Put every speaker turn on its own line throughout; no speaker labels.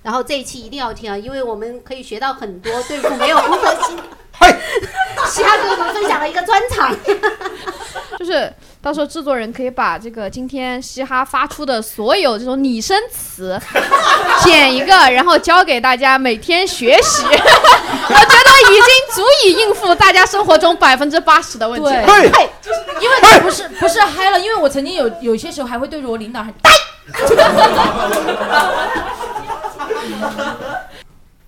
然后这一期一定要听啊，因为我们可以学到很多对付没有公德 心。
嗨，
其他哥们分享了一个专场，
就是到时候制作人可以把这个今天嘻哈发出的所有这种拟声 词剪一个，然后教给大家每天学习。 我觉得已经足以应 付大家生活中百分之八十的问题了。
对
嘿，
因为这不是不是嗨了，因为我曾经有有些时候还会对着我领导喊呆。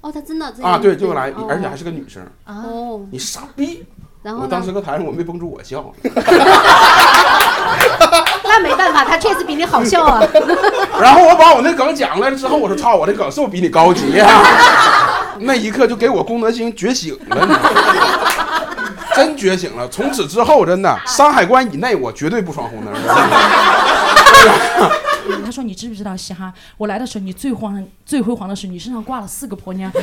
哦，他真的这样
啊，对，就来，
哦
而且还是个女生，
哦，
你傻逼！
然后
我
呢
当？时搁台上我没绷住我笑，
那没办法，他确实比你好笑啊。
然后我把我那梗讲了之后，我说操，我这梗是不是比你高级啊？ 那一刻就给我功德心觉醒了你知道吗， 真觉醒了。从此之后，真
啊
的山海关以内我绝对不闯红灯。
他说：“你知不知道嘻哈？我来的时候，你最慌、最辉煌的时候，你身上挂了四个婆娘。他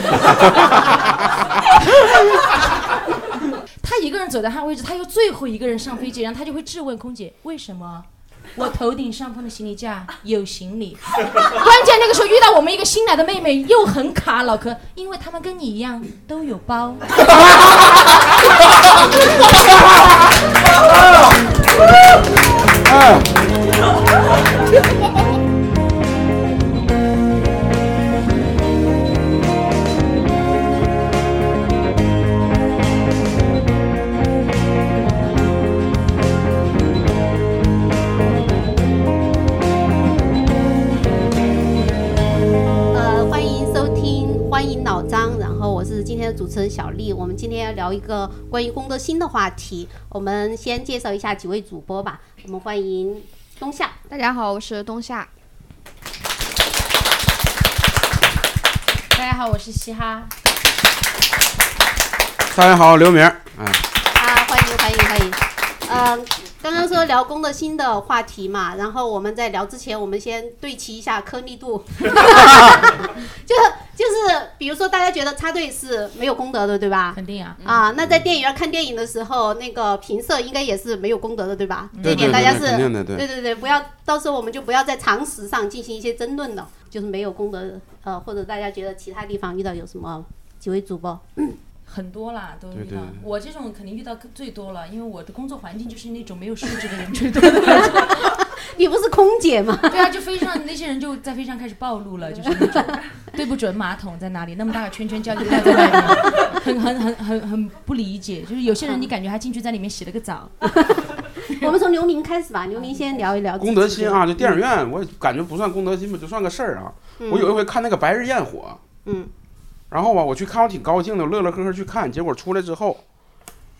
一个人走在他位置，他又最后一个人上飞机，然后他就会质问空姐：为什么我头顶上方的行李架有行李？关键那个时候遇到我们一个新来的妹妹，又很卡脑壳，因为他们跟你一样都有包。”
哎，
呃， 欢迎收听，欢迎老张，然后我是今天的主持人小丽。我们今天要聊一个关于功德心的话题，我们先介绍一下几位主播吧。我们欢迎东夏，
大家好，我是冬夏。
大
啊
家好，我是嘻哈。
大家好，刘明儿，哎，
啊，欢迎欢迎欢迎。嗯，刚刚说聊功德心的话题嘛，然后我们在聊之前，我们先对齐一下颗粒 度，就是就是，比如说大家觉得插队是没有功德的，对吧？
肯定啊，
啊，那在电影院看电影的时候，那个评色应该也是没有功德嗯的，对吧？
对
这一点
对
大家
对，
是
肯定的，对。
对对对，不要到时候我们就不要在常识上进行一些争论了，就是没有功德的，呃，或者大家觉得其他地方遇到有什么几位主播
很多啦，都
对
遇
对
嗯
到
对。
嗯我这种肯定遇到更最多了，因为我的工作环境就是那种没有素质的 人最多的。
你不是空姐吗？
对啊，就飞机上那些人就在飞机上开始暴露了，就是那种 对不准马桶在哪里，那么大个圈圈胶就盖在外面，很很很很很不理解。就是有些人你感觉他进去在里面洗了个澡，
我们从刘明开始吧，刘明先聊一聊
功德心啊，
自
这
己
电影院我感觉不算功德心吧，就算个事儿啊。
嗯
我有一回看那个《白日焰火》，
嗯，
然后吧，我去看我挺高兴的，我乐乐呵呵去看，结果出来之后，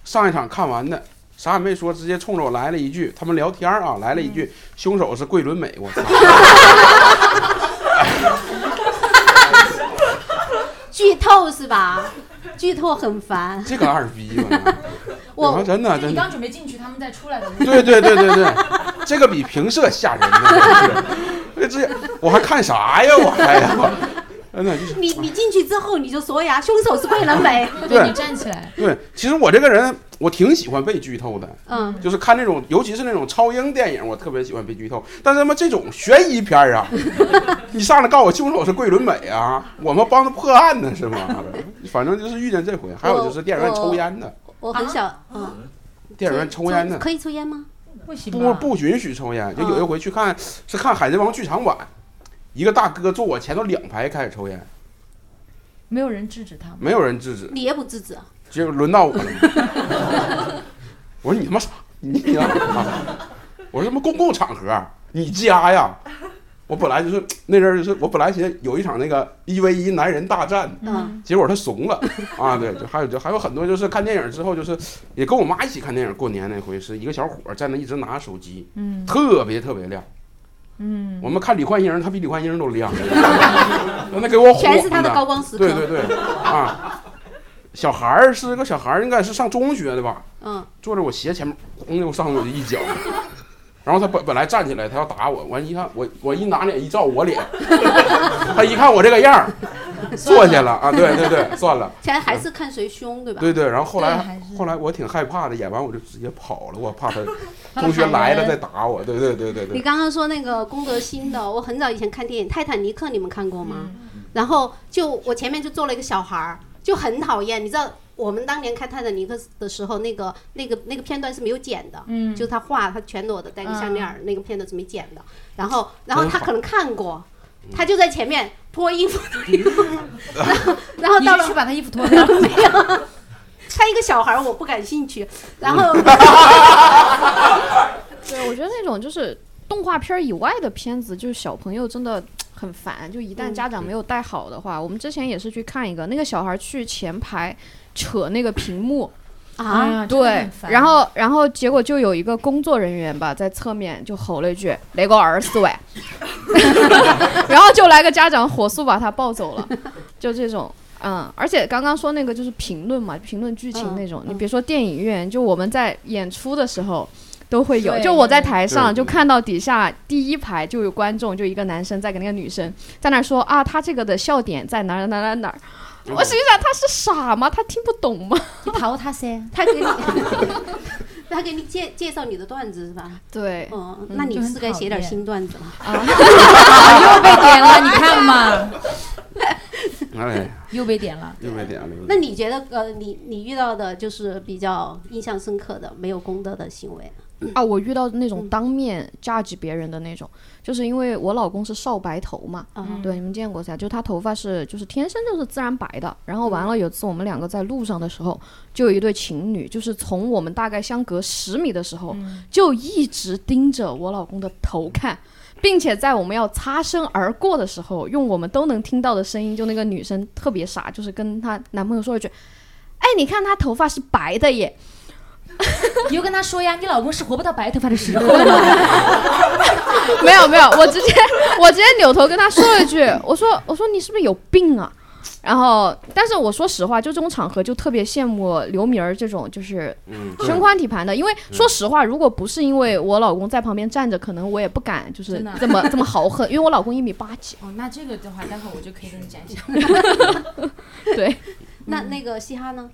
上一场看完的，啥也没说，直接冲着我来了一句，他们聊天儿啊，来了一句，凶手是桂纶镁，我操！
剧透是吧？剧透很烦，
这个二逼吧，
我
真的
就
真
你
的，
刚准备进去，他们再出来的那种。
对对对对对，这个比平射吓人呢，这 这我还看啥呀？我还呀，我真的就是。
你你进去之后你就说呀，凶手是桂纶镁，
对
你站起来，
对，其实我这个人，我挺喜欢被剧透的，
嗯，
就是看那种，尤其是那种超英电影，我特别喜欢被剧透。但是他妈这种悬疑片儿啊，你上来告诉我凶手是桂纶镁啊，我们帮他破案呢是吗？ 反正就是遇见这回，还有就是电影院抽烟的，
我很小，嗯，
电影院抽烟的
哦可以抽烟吗？
啊不行
不
吧？
不允许抽烟。就
嗯
有一回去看是看《海贼王》剧场版，一个大哥坐我前头两排开始抽烟，
没有人制止他们。
没有人制止，
你也不制止啊，
结果轮到我了。 我说你他妈傻，你你他妈傻！我说他妈公共场合，啊你家呀！我本来就是那阵儿，就是我本来寻思有一场那个一 v 一男人大战，
嗯，
结果他怂了啊！对，就还有就还有很多就是看电影之后，就是也跟我妈一起看电影，过年那回是一个小伙儿在那一直拿手机，
嗯
特别特别亮。
嗯，
我们看李焕英，他比李焕英都 亮，那给我火
全是他的
的
高光时刻，
对对对，啊，小孩儿是个小孩儿，应该是上中学的吧，
嗯，
坐在我斜前面，咣就上我就一脚， 然后他本本来站起来，他要打我，完一看我我一拿脸一照我脸， 他一看我这个样儿，坐下了啊，对对对，算了，
全还是看谁凶，对吧？
对对，然后后
对还
来
是
后来我挺害怕的，演完我就直接跑了，我怕他
怕
同学
喊
来了
人
再打我，对对对对
你
对，
嗯
刚刚说那个功德心的，我很早以前看电影《泰坦尼克》，你们看过吗？然后就我前面就坐了一个小孩儿，就很讨厌。你知道我们当年看《泰坦尼克》的时候，那个那个那个片段是没有剪的，
嗯
就他画他全裸的戴个项链
嗯
儿、那个片段是没剪的。然后然后
真
他
好
可能看过，他就在前面脱衣服的地 方，然后然后到了
你去把他衣服脱
掉没有？ 他一个小孩儿，我不感兴趣。然 后
对，我觉得那种就是动画片儿以外的片子，就是小朋友真的很烦。就一
嗯
旦家长没有带好的话，我们之前也是去看一个，那个小孩去前排扯那个屏幕。
啊哎呀真的
对
很，烦
然后然后结果就有一个工作人员吧，在侧面就吼了一句“雷个儿 死喂”，然后就来个家长火速把他抱走了，就这种。嗯，而且刚刚说那个就是评论嘛，评论剧
嗯
情那种。你别说电影院，就我们在演出的时候都会有。
对
就我在台上
对
就看到底下第一排就有观众，就一个男生在跟那个女生在那儿说啊，他这个的笑点在哪儿哪儿哪儿哪儿。
哦
我心想他是傻吗？他听不懂吗？
你淘他 噻，
他给你他给你介介绍你的段子是吧？
对，
嗯，那你是该写点新段子了。
啊
啊 又被点了，你看嘛，
哎，
又被点了。
又没点了。
那你觉得呃，你你遇到的就是比较印象深刻的没有功德的行为？
啊，我遇到那种当面 judge 别人的那种，就是因为我老公是少白头嘛，
嗯
对，你们见过噻？就他头发是就是天生就是自然白的。然后完了有次我们两个在路上的时候，就有一对情侣，就是从我们大概相隔十米的时候，就一直盯着我老公的头看。并且在我们要擦身而过的时候，用我们都能听到的声音，就那个女生特别傻，就是跟她男朋友说一句：“哎，你看她头发是白的耶。”
你就跟他说呀，你老公是活不到白头发的时候。
没有没有，我直接我直接扭头跟他说了一 句，我说我说你是不是有病啊？然后，但是我说实话，就这种场合就特别羡慕刘敏儿这种就是
嗯对
胸宽体盘的，因为说实话，如果不是因为我老公在旁边站着，可能我也不敢就是
真的
这么这么豪横，因为我老公一米八 几。
哦，那这个的话，待会儿我就可以跟你讲一 下。 嗯
对，
那那个嘻哈呢？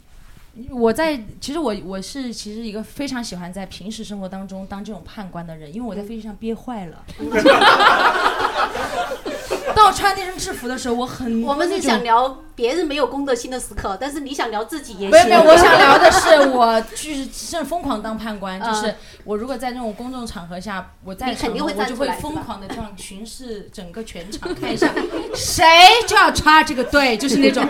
我在其实我我是其实一个非常喜欢在平时生活当中当这种判官的人，因为我
嗯
在飞机上憋坏了。当我穿那身制服的时候，我很
我们是
那
想
种
聊别人没有功德心的时刻，但是你想聊自己也行。
没有没有，我想聊的是 我就是真的疯狂当判官，就
嗯
是我如果在那种公众场合下，我在
你肯
场
定
合
会
我
站
就
出
会
来是
疯
吧
狂的这 样巡视整个全场，看一下谁就要插这个队，就是 那种。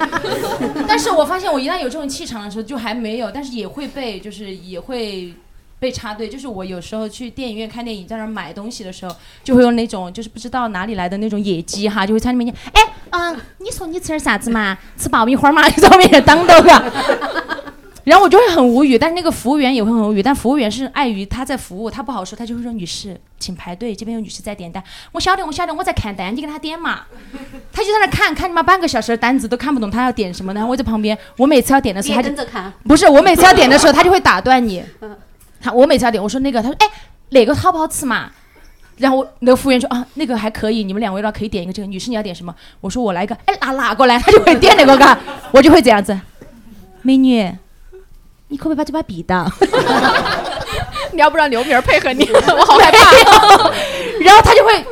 但是我发现我一旦有这种气场的时候，就还没有，但是也会被就是也会。被插队，就是我有时候去电影院看电影，在那儿买东西的时候，就会有那种就是不知道哪里来的那种野鸡哈，就会在那边念，哎，嗯、你说你吃点啥子嘛？吃爆米花嘛？ 你在外面也当到了。 然后我就会很无语，但是那个服务员也会很无语，但服务员是碍于他在服务，他不好说，他就会说女士，请排队，这边有女士在点单。我晓得，我晓得，我在看单，你给他点嘛。他就在那看看你妈半个小时的单子都看不懂，他要点什么，然后我在旁边，我每次要点的时
你
候，
也
他就
跟着看。
不是我每次要点的时候，他就会打断你。
嗯
他我每次要点，我说那个，他说哎哪个好不好吃嘛？然后我那个服务员说啊那个还可以，你们两位的话可以点一个这个。女士你要点什么？我说我来一个，哎拿拿过来，他就会点那个嘎，我就会这样子。美女，你可不可以把这把笔当？
你要不让刘敏儿配合你， 我好害怕。
然后他就会，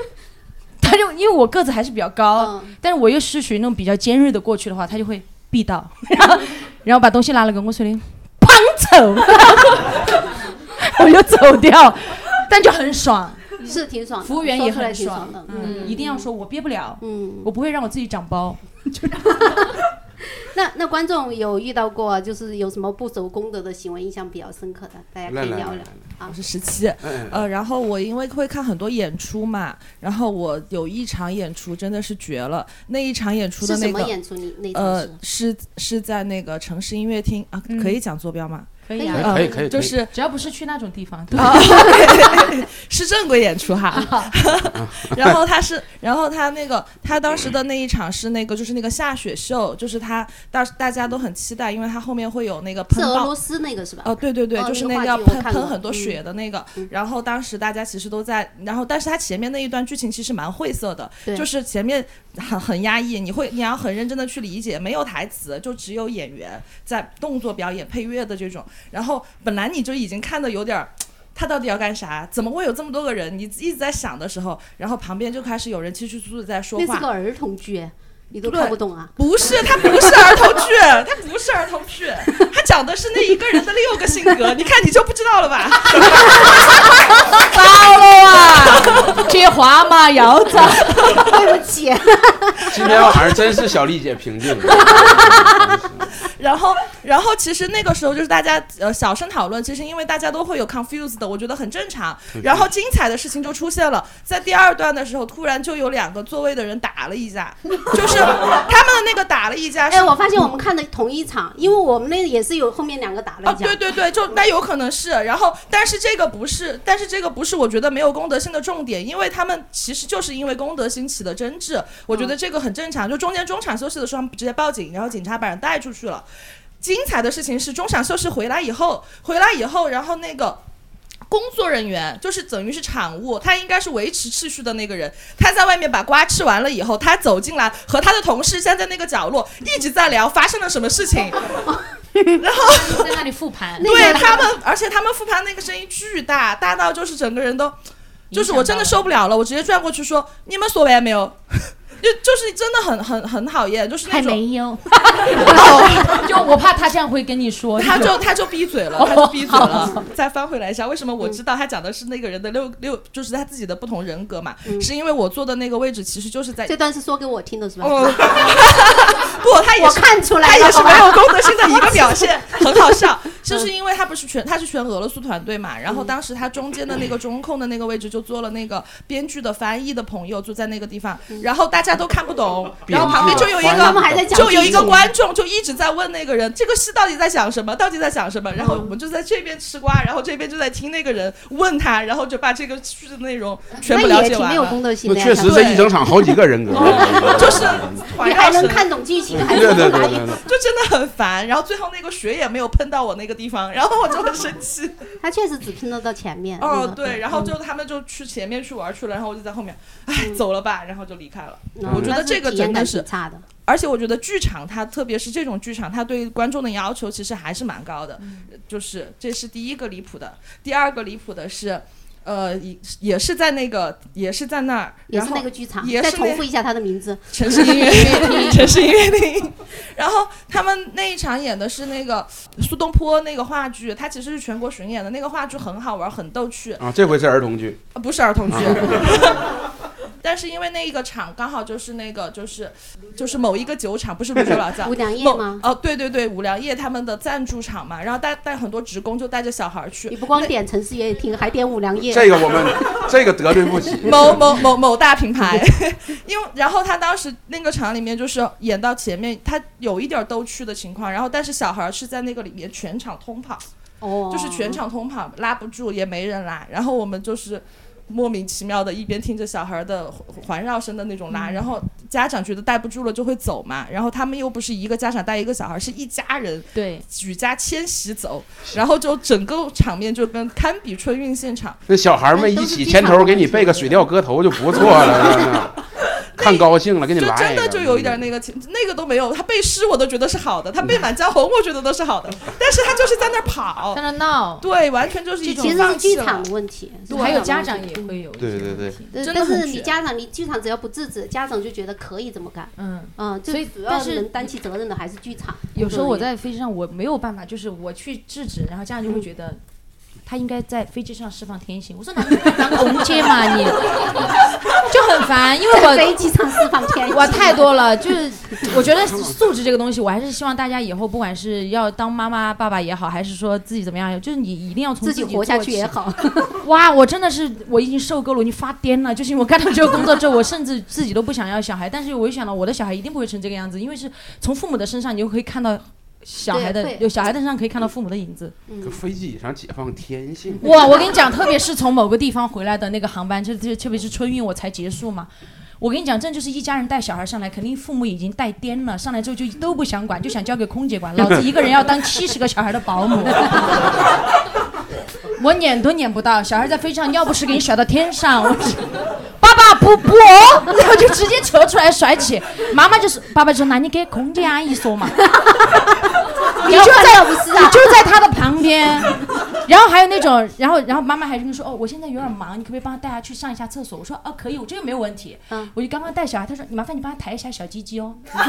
他就因为我个子还是比较高，但是我又是属于那种比较尖锐的过去的话，他就会避到， 然后然后把东西拿了给我手里，砰走， 我就走掉，但就很爽。
是挺爽的，
服务员
说
也
出来
很
挺
爽
的，
嗯，一定要说我憋不了，
嗯，
我不会让我自己长包。
那那观众有遇到过就是有什么不守功德的行为印象比较深刻的，大家可以
来来
聊
来
聊啊
我。是十七，
嗯
呃，然后我因为会看很多演出嘛，然后我有一场演出真的是绝了，那一场演出的
是
那
什
个
么演出？你那场
呃
是，
是是在那个城市音乐厅啊，可以讲坐标吗？
嗯可以啊
呃
可以
可以
就是
只要不是去那种地方，对吧
啊， 是正规演出哈。
啊
然后他是，然后他那个他当时的那一场是那个就是那个下雪秀，就是他大大家都很期待，因为他后面会有那个
是
喷
俄
爆
罗。斯那个是吧？
哦，对对对，
哦
就是
那
那
个
个要
话剧我
喷
看过嗯
喷很多血的那个。然后当时大家其实都在，然后但是他前面那一段剧情其实蛮晦涩的，
对
就是前面很很压抑，你会你要很认真的去理解，没有台词，就只有演员在动作表演配乐的这种。然后本来你就已经看的有点儿。他到底要干啥？怎么会有这么多个人？你一直在想的时候，然后旁边就开始有人稀稀疏疏的在说
那
话。
是个儿童剧，你都看不懂啊？
不是，它不是儿童 剧，它不是儿童剧，它讲的是那一个人的六个性格。你看你就不知道了吧？
糟了啊！接话嘛，要子，
对不起。
今天晚上真是小丽姐平静了。
然后，然后其实那个时候就是大家呃小声讨论，其实因为大家都会有 confused 的，我觉得很正常。然后精彩的事情就出现了，在第二段的时候，突然就有两个座位的人打了一架，就是他们的那个打了一架是。
哎，我发现我们看的同一场，因为我们那也是有后面两个打了
啊，
一架。
对对对，就那有可能是，然后但是这个不是，但是这个不是，我觉得没有公德心的重点，因为他们其实就是因为公德心起的争执，我觉得这个很正常。就中间中场休息的时候，他们直接报警，然后警察把人带出去了。精彩的事情是中场休息回来以后，回来以后，然后那个。工作人员就是等于是场务，他应该是维持秩序的那个人。他在外面把瓜吃完了以后，他走进来和他的同事站在那个角落，一直在聊发生了什么事情。
在那里复盘，
对他 们，而且他们复盘那个声音巨大，大到就是整个人都，就是我真的受不了了，我直接转过去说：“你们锁完没有？”就就是真的很很很讨厌，就是那种，
有，哦就我怕他这样会跟你说，
他
就
就他 就闭嘴了，他就闭嘴
哦
了。再翻回来一下，为什么我知道他讲的是那个人的六六，就是他自己的不同人格嘛？
嗯
是因为我坐的那个位置其实就是在，
这段是说给我听的是吧？
嗯， 不，他也
我
是
看出来
他
了，
也是
好
没
吧？
有公德心的一个表 现，很好笑。嗯就是因为他不是全，他是全俄罗斯团队嘛，然后当时他中间的那个中控的那个位置就做了那个编剧的翻译的朋友，就在那个地方，然后大家都看不懂，然后旁边就有一
编剧的
哦他
个。
们还在讲
就有一
剧
个
情
观众就一直在问那个人，这个戏到底在想什么？到底在想什么？然后我们就在这边吃瓜，然后这边就在听那个人问他，然后就把这个剧的内容全部了
那也
解
挺
完
没有
了。
公德心
那
的呀。
确实，
他
这一整场好几个人 格。
就是
们
环
你还
绕
能
神
看懂剧情，还
嗯对对对
能打
对
赢。
对，
就真的很烦。然后最后那个血也没有喷到我那个地方，然后我就很生气。
他确实只听得到前面。
哦，
嗯
对，然后就他们就去前面去玩去了，然后我就在后面，哎，走了吧，然后就离开了。
嗯
我觉得
但是
这个
体验
真的
感
是
挺差的。
而且我觉得剧场它，特别是这种剧场，它对观众的要求其实还是蛮高的。
嗯
就是这是第一个离谱的，第二个离谱的是，呃，也也是在那个也是在那儿，
也
然
是
后
那个剧场，
也
再
是
重
那
复一下他的名字。
城市 音乐厅，城市音乐厅。然后他们那一场演的是那个苏东坡那个话剧，它其实是全国巡演的，那个话剧很好玩，很逗趣，
啊，这回是儿童剧，
呃不是儿童剧
啊。
但是因为那一个场刚好就是那个就是就是某一个酒厂，不是泸州老窖
五，粮液
某
吗？
哦对对对，五粮液他们的赞助场嘛，然后带带很多职工就带着小孩儿去
你，不光点城市也听，还点五粮 液。
这个我们这个得罪不起。
某某某某大品牌， 因为然后他当时那个场里面就是演到前面，他有一点逗趣的情况，然后但是小孩儿是在那个里面全场通跑，
哦，
就是全场通跑，拉不住也没人拉，然后我们就是。莫名其妙的，一边听着小孩儿的环绕声的那种拉，然后家长觉得待不住了就会走嘛，然后他们又不是一个家长带一个小孩儿，是一家人
对，
举家迁徙走，然后就整个场面就跟堪比春运现场。
那小孩们一起牵头给你背个《水调歌头》就不错了，真的看高兴了，给你
就
来一
真的
个
就有一点那个情，那个都没有。他背诗我都觉得是好的，他背《满江红》我觉得都是 好的，但是他就是在那儿跑
在，那闹，
对，完全就是一种
其实是
放
剧
弃
场
了。
的问题，是
还有
剧
家
场的
长
问
也
题。
会有，
对对对，
对
真的
呃但
很
是你
啊
卷
家长，你剧场只要不制止，家长就觉得可以这么干。
嗯，
嗯，就
所以
主要
但是
能担起责任的还是剧场。
有时候我
对
在飞机上我没有办法，就是我去制止，然后家长就会觉得。他应该在飞机上释放天性。我说南南红街嘛，你就很烦，因为
在
我
飞机上释放天性，
哇，太多了！就是我觉得素质这个东西，我还是希望大家以后不管是要当妈妈、爸爸也好，还是说自己怎么样，就是你一定要从
自己
己
活下去也
做
好。
起。哇，我真的是我已经受够了，我已经发癫了。就是因为我干了这个工作之后，我甚至自己都不想要小孩，但是我一想到我的小孩一定不会成这个样子，因为是从父母的身上你就可以看到。小孩的
对会嗯
有小孩的身上可以看到父母的影子。
搁飞机上解放天性。
哇，我跟你讲，特别是从某个地方回来的那个航班，就就特别是春运我才结束嘛。我跟你讲，这就是一家人带小孩上来，肯定父母已经带颠了，上来之后就都不想管，就想交给空姐管，老子一个人要当七十个小孩的保姆， 我撵都撵不到，小孩在飞机上，要不是给你甩到天上，我爸爸不不 哦，然后就直接扯出来甩起，妈妈就是爸爸就说那你给空姐阿姨说嘛，你就在
不是
你就在他的旁边，然后还有那种，然后然后妈妈还跟说，哦，我现在有点忙，你可不可以帮她带她去上一下厕所？我说，哦，可以，我这个没有问题。
嗯，
我就刚刚带小孩，她说，你麻烦你帮她抬一下小鸡鸡哦。 我说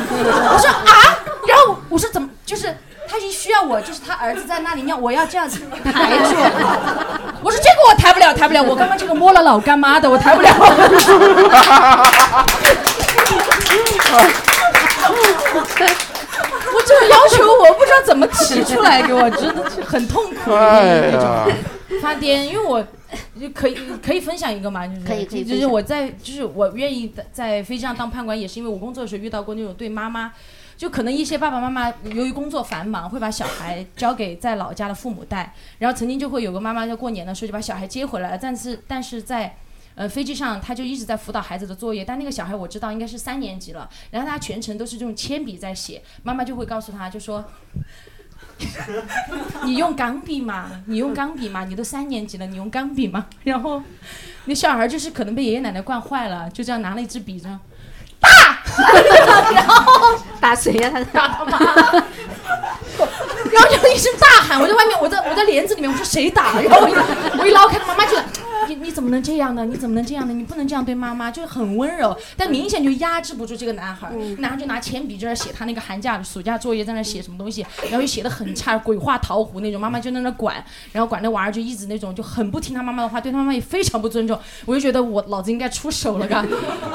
啊，然后我说怎么就是。她一需要我，就是她儿子在那里尿，我要这样子抬住。 我说这个我抬不了，抬不了，我刚刚这个摸了老干妈的，我抬不了。 我这个要求我不知道怎么提出来给我，真的是很痛苦
哎
的那
呀
种。，发癫，因为我就可以可以分享一个嘛，就是
可以可以
就
分
是
享
我在就是我愿意在在飞机上当判官，也是因为我工作的时候遇到过那种对妈妈。就可能一些爸爸妈妈由于工作繁忙，会把小孩交给在老家的父母带。然后曾经就会有个妈妈在过年的时候就把小孩接回来了，但是但是在呃飞机上，他就一直在辅导孩子的作业。但那个小孩我知道应该是三年级了，然后他全程都是用铅笔在写，妈妈就会告诉他就说。你用钢笔 吗？你用钢笔吗？你都三年级了，你用钢笔吗？ 然后，那小孩就是可能被爷爷奶奶惯坏了，就这样拿了一支笔这样，打， 然后
打谁呀、他
打他妈， 然后就一声大喊，我在外面，我在我在帘子里面，我说谁打？然后我一我一拉开，妈妈就。你你怎么能这样呢？你怎么能这样呢？你不能这样对妈妈，就是很温柔，但明显就压制不住这个男孩儿，然后就拿铅笔在那写他那个寒假暑假作业，在那写什么东西，然后又写的很差，鬼画桃胡那种，妈妈就在那管，然后管那娃儿就一直那种就很不听他妈妈的话，对他妈妈也非常不尊重，我就觉得我老子应该出手了，嘎，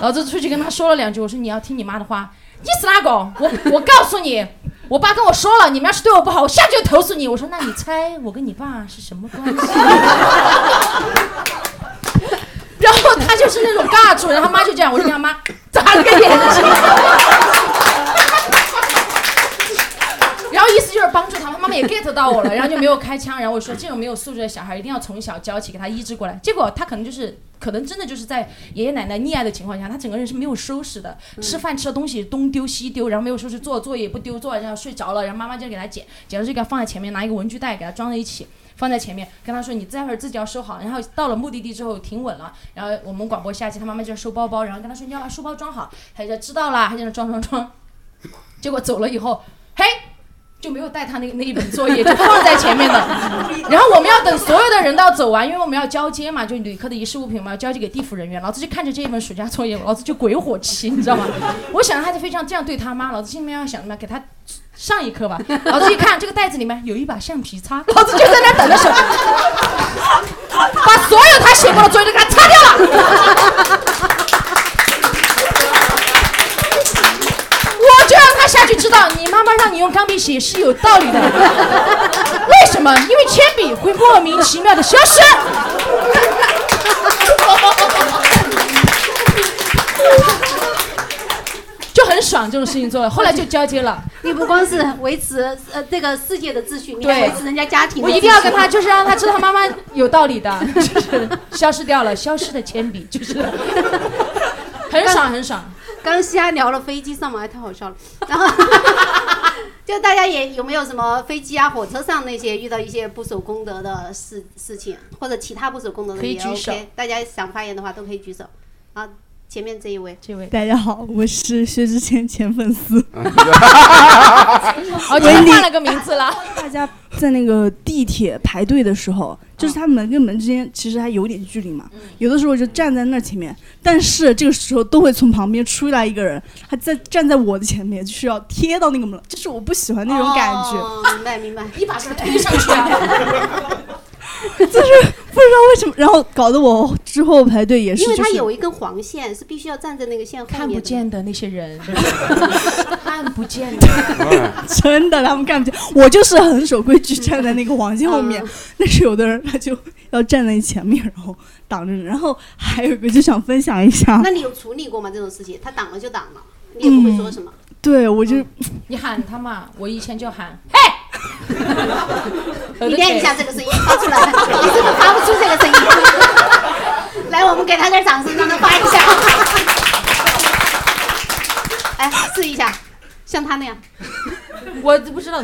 老子出去跟他说了两句，我说你要听你妈的话，你是哪个？我我告诉你。我爸跟我说了，你们要是对我不好，我下去就投诉你。我说，那你猜我跟你爸是什么关系？ 然后他就是那种尬住，然后他妈就这样，我就跟他妈眨了个眼睛，然后意思就是帮助他，他妈妈也 get 到我了，然后就没有开枪，然后我说这种没有素质的小孩一定要从小教起，给他医治过来。结果他可能就是。可能真的就是在爷爷奶奶溺爱的情况下，他整个人是没有收拾的，吃饭吃的东西东丢西丢，然后没有收拾，做作业也不丢，做完然后睡着了，然后妈妈就给他捡，捡了就给他放在前面，拿一个文具袋给他装在一起，放在前面，跟他说你待会儿自己要收好。然后到了目的地之后停稳了，然后我们广播下期他妈妈就要收包包，然后跟他说你要把书包装好，他就说知道啦，他就在那装装装。 结果走了以后，嘿，就没有带他那个那一本作业，就放在前面的。 然后我们要等所有的人都要走完，因为我们要交接嘛，就旅客的遗失物品我们要交接给地府人员。老子就看着这一本暑假作业，老子就鬼火气，你知道吗？ 我想他就非常这样对他妈，老子心里面要想什么，给他上一课吧。老子一看这个袋子里面有一把橡皮擦，老子就在那儿等着手，把所有他写过的作业都给他擦掉了。 我就让他下去知道，你妈妈让你用钢笔写是有道理的。为什么？因为铅笔会莫名其妙的消失。 就很爽这种事情做了，后来就交接了。
你不光是维持呃这个世界的秩序，你还
对
维持人家家庭的
我
秩序。
一定要跟他，就是让他知道他妈妈有道理 的，就是消失掉了，消失的铅笔，就是 很爽很爽。
刚瞎聊了飞机上嘛，太好笑了。 然后就大家也有没有什么飞机啊、火车上那些遇到一些不守公德的事事情，或者其他不守公德的
可以
也
举
OK
手
大家想发言的话都可以举手。啊，前面这一位，
这 位，
大家好，我是薛之谦前粉丝。
哦，今天换了个名字了，
大家在那个地铁排队的时候，就是他门跟门之间其实还有点距离
嗯
嘛，有的时候就站在那前面，但是这个时候都会从旁边出来一个人，他在站在我的前面，就是要贴到那个门，就是我不喜欢那种感觉，
哦、明白明白。
一把手推上去啊。
就是不知道为什么，然后搞得我之后排队 也是、
因
就
为
是，
他有一根黄线，是必须要站在那个线后面
看不
的
见的那些人，看不见的，
真的他们看不见，我就是很守规矩，站在那个黄线后面
嗯，
但是有的人他就要站在你前面，然后挡着你，然后还有一个就想分享一下，
那你有处理过吗？这种事情，他挡了就挡了，你也不会说什嗯么。
嗯对，我就、
你喊他嘛，我以前就呃喊，嘿，
你练一下这个声音 发出来，你是不是发不出这个声音？来，我们给他点掌声，让他发一下。哎，试一下，像他那样。
我都不知道。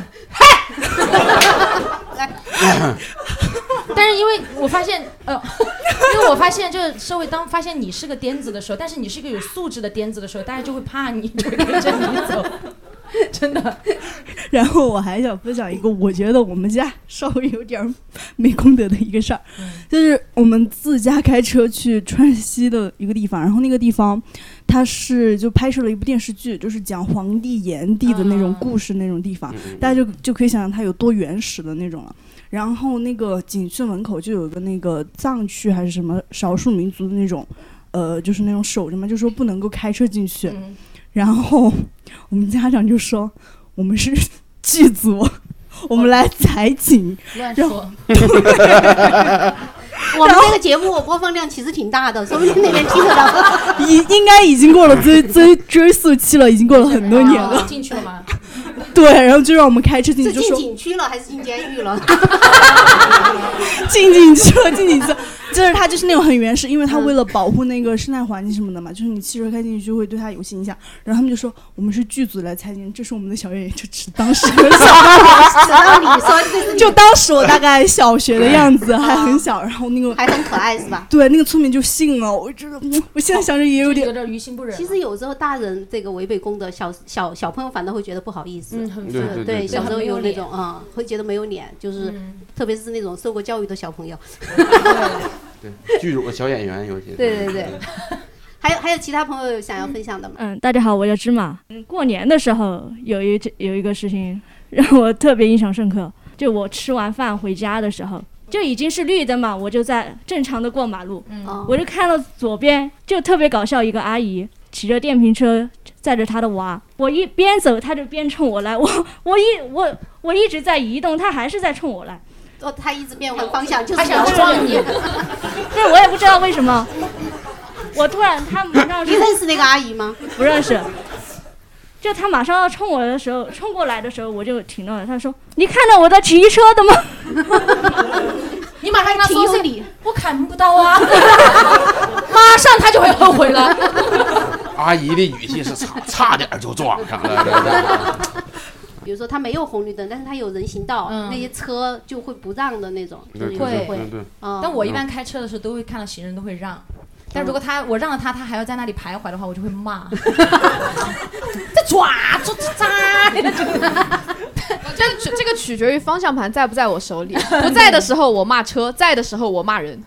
来，
但是因为我发现，呃， 因为我发现，就是社会当发现你是个癫子的时候，但是你是一 个有素质的癫子的时候，大家就会怕你，就会跟着你走。真的，
然后我还想分享一个，我觉得我们家 稍微有点儿没功德的一个事儿，就是我们自驾开车去川西的一个地方，然后那个地方它是就拍摄了一部电视剧，就是讲黄帝炎帝的那种故事那种地方，大家就就可以想象它有多原始的那种了。然后那个景区门口就有个那个藏区还是什么少数民族的那种，呃，就是那种守着嘛，就说不能够开车进去。然后我们家长就说我们是剧组，我们来采景。
哦乱
然
说
后。
我们这个节目播放量其实挺大的，说不定那边听得到。
已应该已经过了追追追溯期了，已经过了很多年了。
哦进去了吗？
对，然后就让我们开车进去，
是
就
进
说
景区了还是进监狱了？
进进去了，进嗯进去了， 就是它就是那种很原始，因为它为了保护那个生态环境什么的嘛，就是你汽车开进去会对它有些影响。然后他们就说我们是剧组来参演，这是我们的小岳，就只当时
只要你说这是
就当时我大概小学的样子，还很小， 然后那个
还很可爱是吧？
对那个村民就信了，我觉得嗯 我现在想着也有
有
点
点于心不忍。
其实有时候大人这个违背公德，小小小朋友反倒会觉得不好意思。
嗯，很
对
愤
对
怒
对，小时候
很没有
有那
脸
种啊、嗯，会觉得没有脸，就是、
嗯
特别是那种受过教育的小朋友。
对，剧组小演员有些。
对对对还有还有其他朋友有想要分享的吗？
嗯，大家好，我叫芝麻。嗯，过年的时候有一有一个事情让我特别印象深刻，就我吃完饭回家的时候，就已经是绿灯嘛，我就在正常的过马路，
哦
我就看到左边就特别搞笑，一个阿姨骑着电瓶车载着她的娃，我一边走她就边冲我来，我我一我我一直在移动，她还是在冲我来，
哦，他一直变换方向，就是
他想
要
撞 你，
但我也不知道为什么。我突然，她马上
你
是
认识那
啊
个阿姨吗？
不认识。就他马上要冲我的时候，冲过来的时候，我就停了。他说：“你看到我的骑车的吗
你马上跟他
停
说
这里，
我砍不到 啊，马上他就会后悔了。
阿姨的语气是差差点就撞上了真的，
比如说他没有红绿灯，但是他有人行道，
嗯
那些车就会不让的那种，就是
对
有
对
时候
会嗯
对对，
啊。
但我一般 开车的时候都会看到行人都会让，但如果他我让了他，他还要在那里徘徊的话，我就会骂，这抓抓抓，
这个取这个取决于方向盘在不在我 手里，不在的时候我骂车，在的时候我骂人。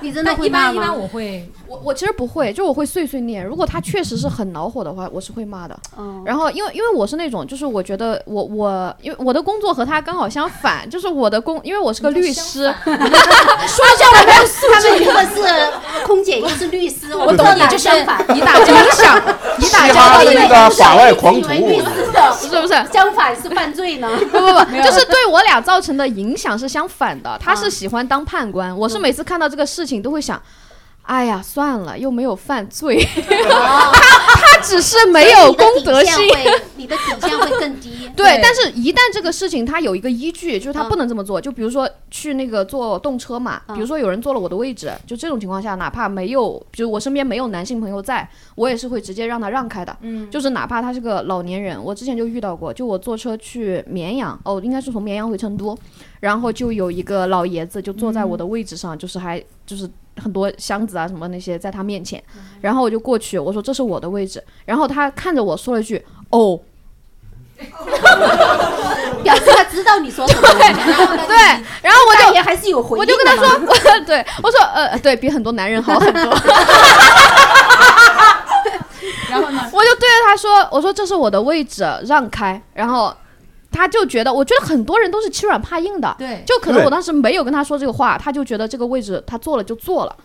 你真的
那
会
一
骂
般一般
吗？
我会
我我其实不会，就我会碎碎念。如果他确实是很恼火的话，我是会骂的。
嗯，
然后因为因为我是那种，就是我觉得我我因为我的工作和他刚好相反，就是我的工，因为我是个律师，
说教我没有素
他们一
质。
个是空姐，一个是律师，我
我懂
们
你
俩
就是
相反，
你打交
影 响
嘻哈的那个法外狂徒，
以为律师的
是不是？
相反是犯罪呢？
不不 不，就是对我俩造成的影响是相反的。
啊
他是喜欢当判
嗯
官，我是每次看到这个事情都会想，哎呀，算了，又没有犯 罪，他只是没有公德心。
所以你的底线会，你的底线会更低。
对
对，
但是一旦这个事情它有一个依据，就是他
嗯
不能这么做。就比如说去那个坐动车嘛，
嗯
比如说有人坐了我的位置，就这种情况下，哪怕没有，比如我身边没有男性朋友在，我也是会直接让他让开的。
嗯，
就是哪怕他是个老年人，我之前就遇到过，就我坐车去绵阳，哦，应该是从绵阳回成都，然后就有一个老爷子就坐在我的位置上，就是还就是很多箱子啊什么那些在他面前，
嗯
然后我就过去，我说这是我的位置，然后他看着我说了一句哦，
表示他知道你说什 么。
对，然后我
大
就
爷还是有回应
我
的
就
嘛
跟他说， 我对我说呃对比很多男人好很 多，
然后呢？
我就对着他说：“我说这是我的位置，让开。”然后他就觉得，我觉得很多人都是欺软怕硬的，
对
就可能
对
我当时没有跟他说这个话，他就觉得这个位置他坐了就坐了。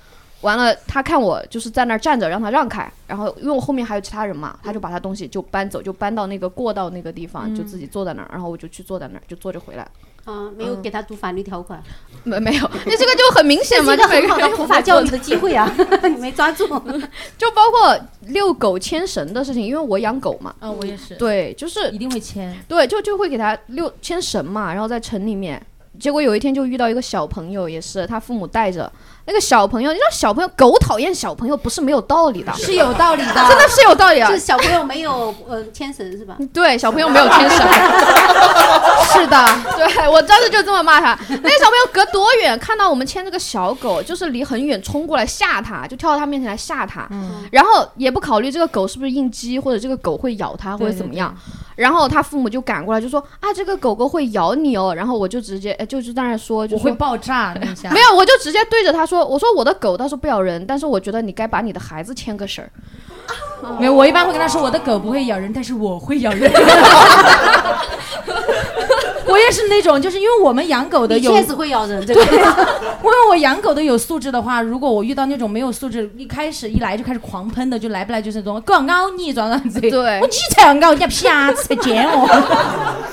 完了，他看我就是在那儿站着，让他让开，然后因为我后面还有其他人嘛，他就把他东西就搬走，就搬到那个过道那个地方，就自己坐在那儿，然后我就去坐在那儿，就坐着回来了。
啊，没有给他读法律条款，
没没有， 那这个就很明显
这
嘛，
是一个
就每
很
个
好
人
的普法教育的机会啊， 你没抓住。
就包括遛狗牵绳的事情，因为我养狗嘛，
啊，我也是，
对，就是
一定会签。
对，就就会给他遛牵绳嘛，然后在城里面。结果有一天就遇到一个小朋友，也是他父母带着，那个小朋友，你知道小朋友狗讨厌小朋友不是没有道理的，
是有道理的
真的是有道理啊。
就是小朋友没有呃牵绳是吧？
对，小朋友没有 天生。是的，对我当时就这么骂他。那个小朋友隔多远看到我们牵这个小狗，就是离很远冲过来吓他，就跳到他面前来吓他，
嗯
然后也不考虑这个狗是不是应激或者这个狗会咬他或者怎么样。然后他父母就赶过来就说啊，这个狗狗会咬你哦。然后我就直接哎就是在那说，就
我会
说
爆炸那一下。
没有，我就直接对着他说，我说我的狗倒是不咬人，但是我觉得你该把你的孩子牵个绳儿。
没有，我一般会跟他说我的狗不会咬人，但是我会咬人。我也是那种，就是因为我们养狗的
你
有，
确实会咬人，这 个
因为我养狗的有素质的话，如果我遇到那种没有素质，一开始一来就开始狂喷的，就来不来就是那种狗咬你，这样子。
对
我你才要咬，人家啪才捡我。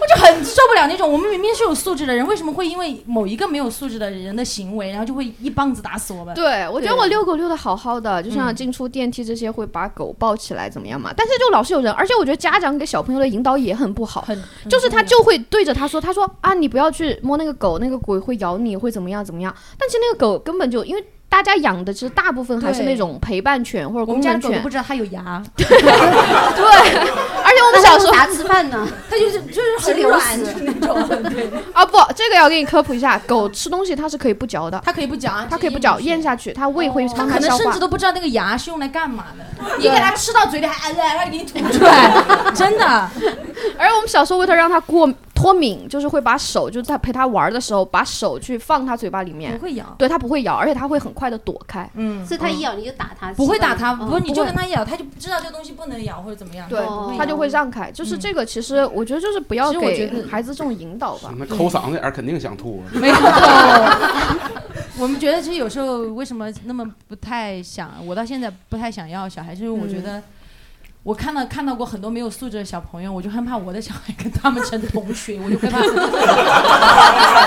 我就很受不了那种，我们明明是有素质的人，为什么会因为某一个没有素质的人的行为，然后就会一棒子打死我们？
对，我觉得
对嗯
我遛狗遛的好好的，就像进出电梯这些会把狗抱起来怎么样嘛。但是就老是有人，而且我觉得家长给小朋友的引导也很不好，
很
就是他就会对着他说，他说啊，你不要去摸那个狗，那个狗会咬你，会怎么样怎么样。但是那个狗根本就因为。大家养的其实大部分还是
对
那种陪伴犬或者
我
公
们家
园
的狗都
犬
不，知道它有牙，
对。 而且我们小时候
拿吃饭呢，
它就是就是
吃
很
流
软
食，
那种， 对，
啊不，这个要给你科普一下，狗吃东西它是可以不嚼的，
它可以不嚼，
它可以不嚼，
咽
咽
下去。
下去，它胃会
它
慢
可
慢
能
消
甚
化
至。都不知道那个牙是用来干嘛的，你给它吃到嘴里还来来给你吐出来，真的。
而我们小时候为了让它过脱敏，就是会把手，就是在陪它玩的时候，把手去放它嘴巴里
不
面，
会咬，
对它不会咬，而且它会很快的躲开。
嗯，
是它一咬你就打它，嗯
不会打它，
是吧
不是你
不
就
会
跟它咬，它就不知道这个东西不能咬或者怎么样。
对
它
哦
不会，咬
它就会让开，就是这个。其实我觉得就是不要
嗯其实我觉
给
得
孩子这种引导吧。
那抠嗓子眼儿肯定想吐啊。
没有。 我们觉得其实有时候为什么那么不太想，我到现在不太想要小孩，就是我
嗯
觉得。我看到看到过很多没有素质的小朋友，我就很怕我的小孩跟他们成 同学，我就害怕。我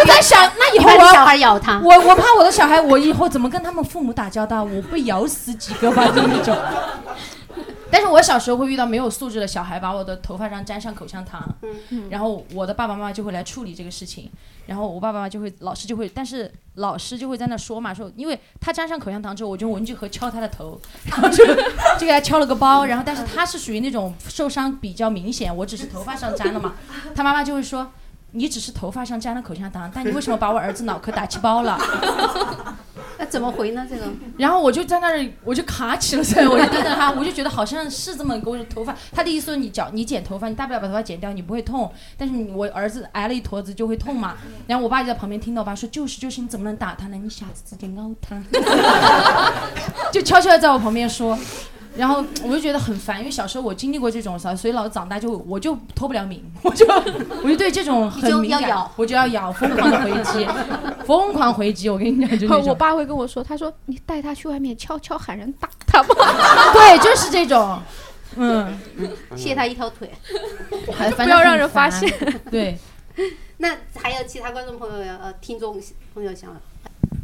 就在想，那以
你
后
把
我
你
要
小孩咬它，
我我怕我的小孩，我以后怎么跟他们父母打交道？我会咬死几个吧，就那种。但是我小时候会遇到没有素质的小孩，把我的头发上沾上口香糖，然后我的爸爸妈妈就会来处理这个事情，然后我爸爸妈妈就会，老师就会，但是老师就会在那说嘛，说因为他沾上口香糖之后，我就用文具盒敲 他的头，然后就 就给他敲了个包，然后但是他是属于那种受伤比较明显，我只是头发上沾了嘛，他妈妈就会说。你只是头发上沾了口香糖，但你为什么把我儿子脑壳打气包了？
那怎么回呢？这个
然后我就在那儿，我就卡起了 噻，我就跟着他，我就觉得好像是这么给我的头发。他的意思说你剪你剪头发，你大不了把头发剪掉，你不会痛。但是你我儿子挨了一坨子就会痛嘛。然后我爸就在旁边听到，我爸说就是就是，你怎么能打他呢？你下次自己挠他。 就悄悄的在我旁边说。然后我就觉得很烦，因为小时候我经历过这种事儿，所以老子长大就我就脱不了敏， 我就我就对这种很敏
你就要
感
咬，
我就要咬，疯狂的回 击，疯狂回击。我跟你讲，就那种
我爸会跟我说，他说你带他去外面悄悄喊人打他吧。
对，就是这种，嗯，
卸它一 条腿。
很
不要让人发。
哎反正很烦对，
那还有其他观众朋友要呃听众朋 友想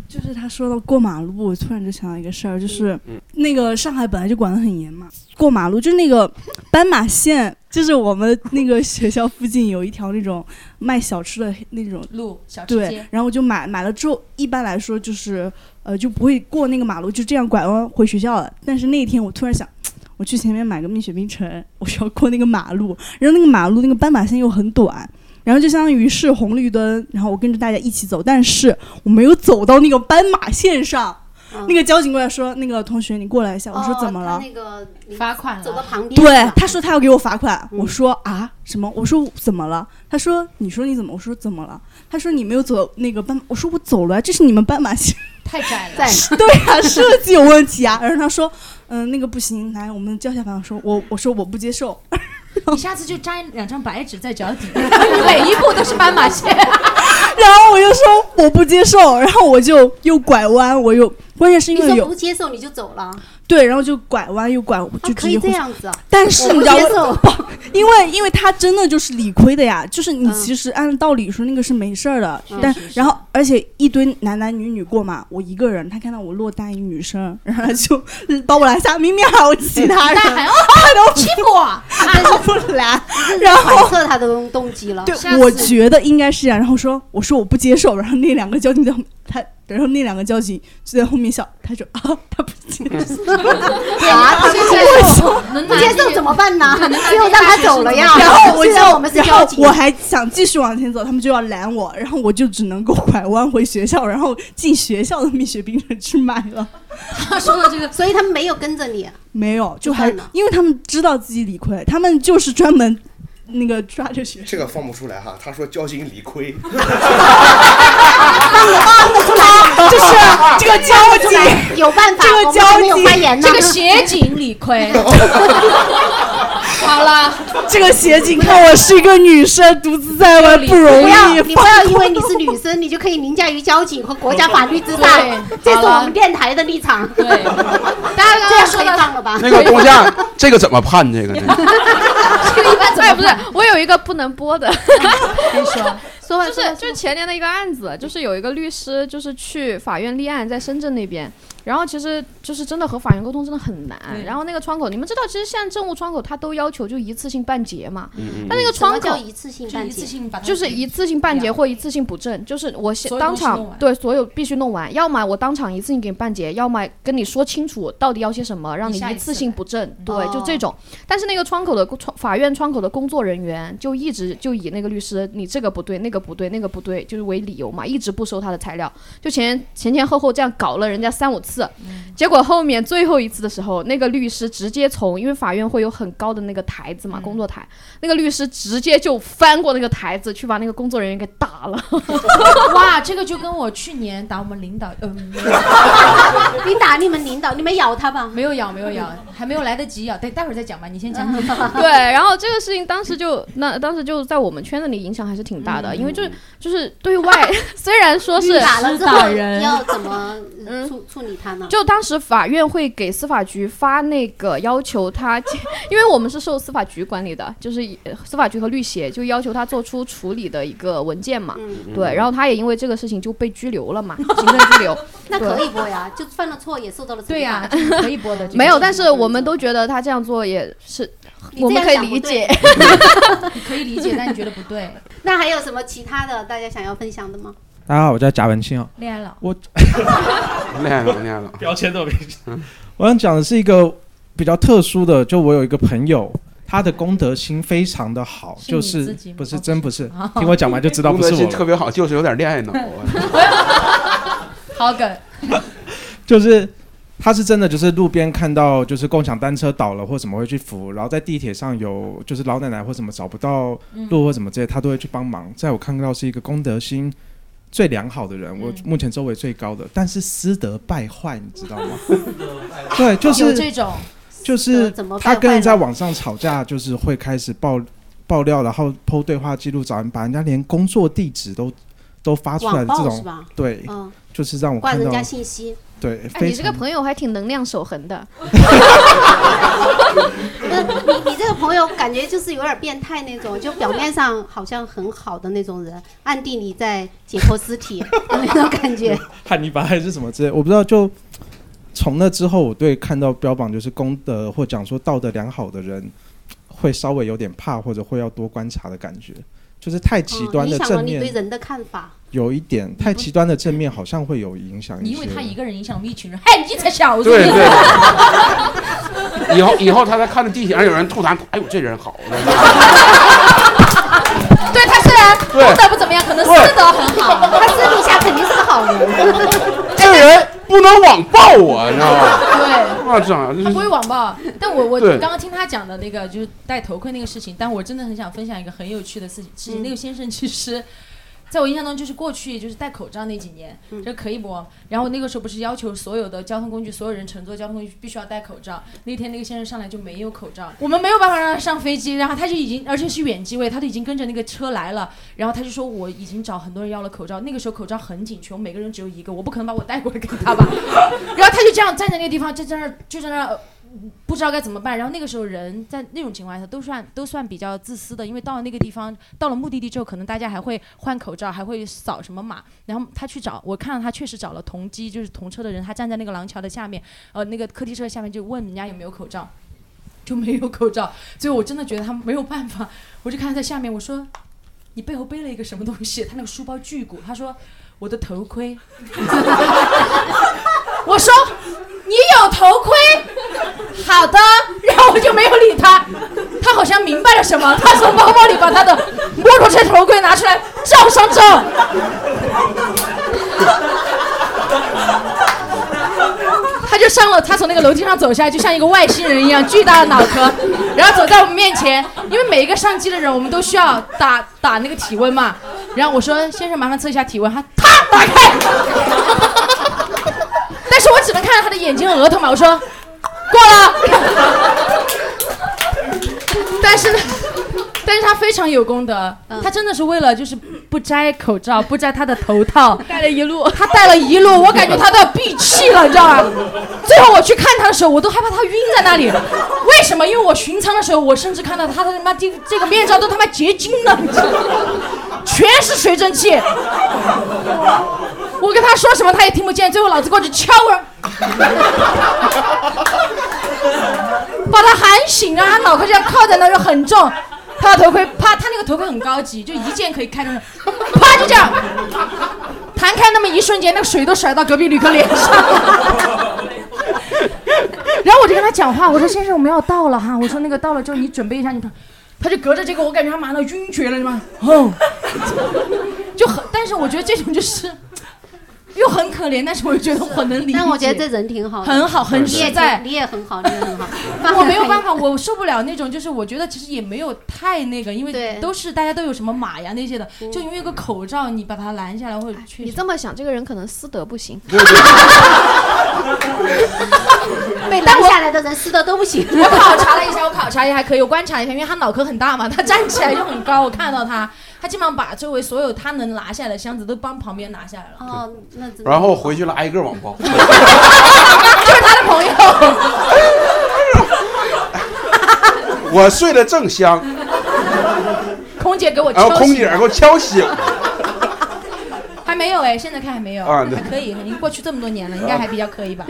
就是他说到过马路，我突然就想到一个事儿，就是那个上海本来就管得很严嘛，过马路就那个斑马线，就是我们那个学校附近有一条那种卖小吃的那种
路小吃
对
街，，
然后我就买买了之后，一般来说就是呃就不会过那个马路，就这样拐弯回学校了。但是那一天我突然想，我去前面买个蜜雪冰城，我需要过那个马路，然后那个马路那个斑马线又很短。然后就相当于是红绿灯，然后我跟着大家一起走，但是我没有走到那个斑马线上。
嗯
那个交警过来说：“那个同学，你过来一下。”我说：“怎么了
哦他？”那个你
罚款
走到
了。
旁边，
对，他说他要给我罚款，
嗯
我说啊什么？我说怎么了？他说你说你怎么？我说怎么了？他说你没有走那个斑马，我说我走了，这是你们斑马线，
太窄了，
在
对啊，设计有问题啊。然后他说，嗯、那个不行，来我们叫一下班。我说我我说我不接受，
你下次就粘两张白纸在脚底， 每一步都是斑马线。
然后我就说我不接受，然后我就又拐弯，我又关键是
你
因为
说
有
不接受你就走了，
对，然后就拐弯又拐，
他
就
可
直
以
接
这
回去。
样子啊，
但是
我
你
不
知道
接
我
受，
因为因为他真的就是理亏的呀，就是你
嗯
其实按道理说那个是没事儿的，但
是是
然后而且一堆男男女女过嘛，我一个人，他看到我落单一 女生，然后他就把我拦下，明明还有其他人，
哎哦
但还要
他都
欺负我，
要不然，
然
然
后
后
揣测他的动动机了。
对
下，次
我觉得应该是这样。然后说，我说我不接受。然后那两个交警在后面他，然后那两个交警就在后面笑。他说啊，他不接受。
啊，他
我
不
说
接受，不接受怎么办呢？最后让他走了呀。
然后我
虽
就
啊然我们是
然
交
后
警，
我还想继续往前走，他们就要拦我，然后我就只能够拐弯回学校，然后进学校的蜜雪冰城去买了。
他说了这个，所以他们没有跟着你。
没有，就
不
还
干了
因为他们知道自己理亏，他们就是专门那个抓着学生。
这个放不出来哈，他说交警理亏，
就是这个交警
有办法，
这个
我们还没
交
有
警
发言呢。
这个协警理 亏。好了，
这个协警看我是一个女生，独自在外 不容
不要，
易，
你不要因为你是女生，你就可以凌驾于交警和国家法律之上
对。
这是
好
我
了
们电台的立场。
对，大家刚
这样
刚说
太
到
棒了吧？
那 个东夏，这个怎么判？这个呢？
这个一般 怎
哎，
么
不是，我有一个不能播 的，
可以说？
说吧，
就
说吧
是就是前年的一个案子，就是有一个律师就是去法院立案，在深圳那边。然后其实就是真的和法院沟通真的很难。
对
然后那个窗口，你们知道，其实现在政务窗口它都要求就一次性办结嘛。
嗯
但那个
什么
窗口
叫一次性
就
办
一次
结？
性把它
就是一次性办结
两
或一次性补正，就是我先
所有
当
东西弄
场
完
对所有必须弄完，要么我当场一次性给你办结，要么跟你说清楚到底要些什么，让
你
你
下
一
一
次
次
性
来
补正，
哦
对，就这种。但是那个窗口的工窗法院窗口的工作人员就一直就以那个律师你这个不对，那个不对，那个不对，就是为理由嘛，一直不收他的材料，就前前前后后这样搞了人家三五次，结果后面最后一次的时候，那个律师直接从因为法院会有很高的那个台子嘛，工作台，那个律师直接就翻过那个台子去把那个工作人员给打了。
哇，这个就跟我去年打我们领导，嗯、没有
你打你们领导，你们咬他吧。
没有咬，没有咬，还没有来得及咬，待待会儿再讲吧，你先
嗯
讲。
对，然后这个事情当时就那当时就在我们圈子里影响还是挺大的，因为就是就是对外 虽然说是
打了之
打
后
人
要怎么
嗯
处处理他呢？
就当时法院会给司法局发那个要求他， 因为我们是受司法局管理的，就是呃司法局和律协就要求他做出处理的一个文件嘛。
嗯，
对，然后他也因为这个事情就被拘留了嘛，行政拘留。
那可以播呀，就犯了错也受到了惩罚
对呀、这个可以播的。这个
没有，但 是我们都觉得他这样做也是，
你
我们
这样
可以
想不
理
对
解。
你可以理解，但你觉得不对，
那还有什么其他的大家想要分享的吗？
大家好，我叫贾文清啊。
恋爱了。
厉害了，厉害了。
标签都没。
嗯
我想讲的是一个比较特殊的，就我有一个朋友，他的功德心非常的好，
是
就
你
是
自己吗
不是
哦
真不是
啊，
听我讲完就知道
功
不
德
是
心
我
特
了。
别好，就是有点恋爱脑。
好梗，
就是他是真的，就是路边看到就是共享单车倒了或什么会去扶，然后在地铁上有就是老奶奶或什么找不到路或什么之类，他都会去帮忙。在我看到是一个功德心。最良好的人，我
嗯
目前周围最高的，但是私德败坏，你知道吗？对，就是
有这种，
就是
怎么败
他
坏
跟人在
了
网上吵架，就是会开始爆爆料，然后剖对话记录，找人把人家连工作地址都都发出来
网
的这
暴是
种，
吧？
对，
嗯，
就是让我
挂
看
人
到
家信息，
对，
哎，你
非
这个
常
朋友还挺能量守 恒的。
那你你这个朋友感觉就是有点变态那种，就表面上好像很好的那种人，暗地里在解剖尸体那种感觉。
汉尼拔还是什么之类，我不知道。就从那之后，我对看到标榜就是功德或讲说道德良好的人，会稍微有点怕，或者会要多观察的感觉。就是太极端
哦
嗯
的
影响了
正
你对
面，
人的看法。
有一点太极端的正面好像会有影响
你
一
因为
些。
他一个人影响了一群人，哎，你才小子，
对 对。以后以后他在看着地铁上有人吐痰，哎呦这人好，
对他虽然
对
功德不怎么样，可能私德很好，
他私底下肯定是个好人，
这人不能网暴我，你知道吗？
对。
啊，这样就
他
是
不会网 暴，但我我
对
刚刚听他讲的那个就是戴头盔那个事情，但我真的很想分享一个很有趣的事情。事情、
嗯
那个先生其实， 在我印象中就是过去就是戴口罩那几年，
嗯
这可以不？然后那个时候不是要求所有的交通工具，所有人乘坐交通工具必须要戴口罩。那天那个先生上来就没有口罩，我们没有办法让他上飞机，然后他就已经而且是远机位，他都已经跟着那个车来了，然后他就说我已经找很多人要了口罩，那个时候口罩很紧缺，我每个人只有一个，我不可能把我带过来给他吧。然后他就这样站在那个地方，就在那儿就在那儿。呃不知道该怎么办，然后那个时候人在那种情况下都算都算比较自私的，因为到了那个地方，到了目的地之后，可能大家还会换口罩，还会扫什么码。然后他去找，我看到他确实找了同机，就是同车的人，他站在那个廊桥的下面，呃，那个客梯车下面就问人家有没有口罩。就没有口罩。 最后我真的觉得他没有办法，我就看他在下面，我说你背后背了一个什么东西？他那个书包巨鼓，他说我的头盔。 我说你有头盔？好的，然后我就没有理他。 他好像明白了什么，他从包包里把他的摩托车头盔拿出来照上照。他就上了，他从那个楼梯上走下来，就像一个外星人一样，巨大的脑壳，然后走在我们面前。因为每一个上机的人，我们都需要打打那个体温嘛。然后我说：“先生，麻烦测一下体温。”他他打开，但是我只能看到他的眼睛和额头嘛。我说：“过了。”但是呢，但是他非常有功德，他真的是为了就是不摘口罩，不摘他的头套，戴了一路，他戴了一路，我感觉他都要闭气了，你知道吧？最后我去看他的时候，我都害怕他晕在那里。为什么？因为我巡仓的时候，我甚至看到他的他妈这这个面罩都他妈结晶了，你知道吗全是水蒸气。我跟他说什么他也听不见，最后老子过去敲我，把他喊醒啊！他脑壳这样靠在那儿就很重，他的头盔啪，他那个头盔很高级，就一键可以开那种，啪就这样弹开那么一瞬间，那个水都甩到隔壁旅客脸上。然后我就跟他讲话，我说先生我们要到了哈，我说那个到了之后你准备一下，你看，他就隔着这个，我感觉他马上晕厥了，你知道吗？哦，就很，但是我觉得这种就是。又很可怜，但是我又觉得我能理解。
但我觉得这人挺好的，
很好，很
你也
实
挺
在。
你也很好，你也
。
很好
我没有办法，我受不了那种，就是我觉得其实也没有太那个，因为都是大家都有什么马呀那些的，就因为一个口罩你把它拦下来或者去。
你这么想，这个人可能私德不行。
被拦 下来的人撕的都不行。
我考察了一下，我考察也还可以，我观察一下，因为他脑壳很大嘛，他站起来就很高，我看到他，他基本上把周围所有他能拿下来的箱子都帮旁边拿下来了。
哦，那真的
然后回去了挨个网暴。
就是他的朋友。
我睡得正香，
空姐给我
然
敲
后哦
醒
空姐给我敲醒，
还没有哎，现在看还没有，
啊对
还可以，已经过去这么多年了，应该还比较可以吧。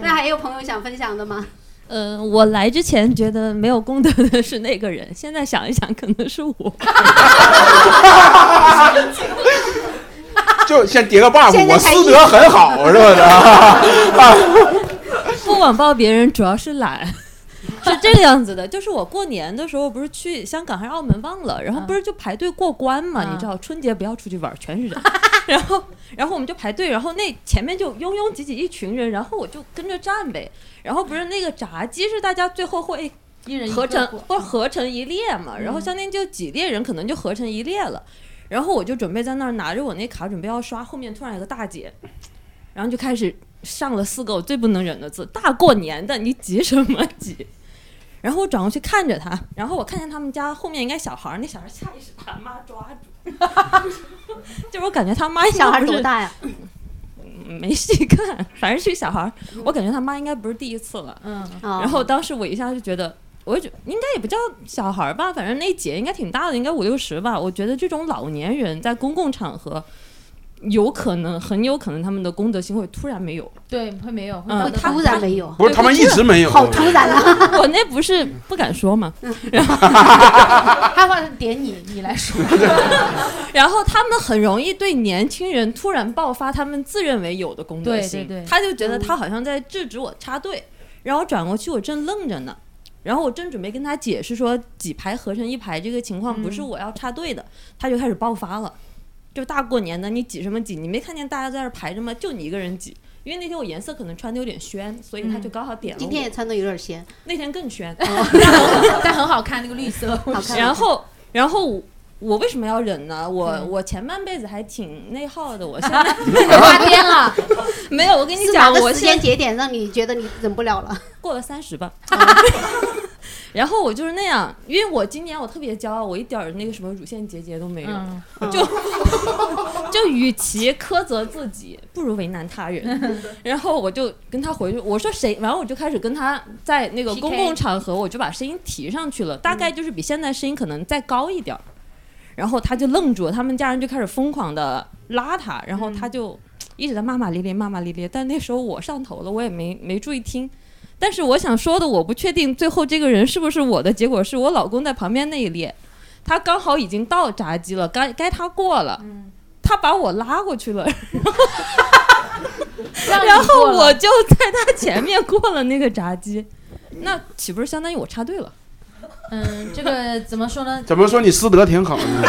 那还有朋友想分享的吗？
嗯，我来之前觉得没有功德的是那个人，现在想一想，可能是 我。
就先叠个 buff，
现在
我
才
私德很好，是不是？ 啊
不网暴别人主要是懒，是这个样子的。就是我过年的时候不是去香港还是澳门忘了，然后不是就排队过关嘛？你知道春节不要出去玩，全是人。然后，然后我们就排队，然后那前面就拥拥挤挤一群人，然后我就跟着站呗。然后不是那个炸鸡是大家最后会哎
一人一个
合成
过
或者合成一列嘛，然后
嗯
相当于就几列人可能就合成一列了。然后我就准备在那儿拿着我那卡准备要刷，后面突然有个大姐，然后就开始上了四个我最不能忍的字：大过年的你急什么急？然后我转过去看着她，然后我看见 他们家后面应该小孩儿，那小孩儿下意识把他妈抓住， 就是我感觉他妈应该
小孩
不是嗯
多大呀？
没细看，反正是一小孩儿，我感觉他妈应该不是第一次了。
嗯，
然后当时我一下就觉得，我就觉应该也不叫小孩儿吧，反正那姐应该挺大的，应该五六十吧。我觉得这种老年人在公共场合，有可能很有可能他们的公德心会突然没有。
对，会没有，
嗯，
他
突然没有
不是他们一直没有好突
然
啊！ 我那不是不敢说嘛，
他话点你，你来 说。
然后他们很容易对年轻人突然爆发他们自认为有的公德心，
对嗯对对
他就觉得他好像在制止我插队，然后转过去我正愣着呢，然后我正准备跟他解释说几排合成一排这个情况
嗯
不是我要插队的，他就开始爆发了，就大过年的你挤什么挤？你没看见大家在这儿排着吗？就你一个人挤。因为那天我颜色可能穿的有点暄，所以他就刚好点了我。
嗯今天也穿的有点闲，
那天更暄，
但很好看，那个绿色。
然后，然后我我为什么要忍呢？我我前半辈子还挺内耗的，我现 在
发癫
啊
了。
没有。我跟你
是
讲，
哪
我
个时间
现
节点让你觉得你忍不了了？
过了三十吧。 然后我就是那样，因为我今年我特别骄傲，我一点儿那个什么乳腺结节都没有，
嗯
就 就与其苛责自己，不如为难他人。 然后我就跟他回去，我说谁，然后我就开始跟他在那个
PK
公共场合，我就把声音提上去了，大概就是比现在声音可能再高一点儿。然后他就愣住了，他们家人就开始疯狂的拉他，然后他就一直在骂骂咧咧，骂骂咧咧。但那时候我上头了，我也没没注意听。但是我想说的，我不确定最后这个人是不是我的，结果是我老公在旁边那一列，他刚好已经到闸机了，该该他过了，他把我拉过去了，
让 你
然后
过了
我就在他前面过了那个闸机，那岂不是相当于我插队了？
嗯，这个 怎么说呢？
怎么说你师德挺好呢？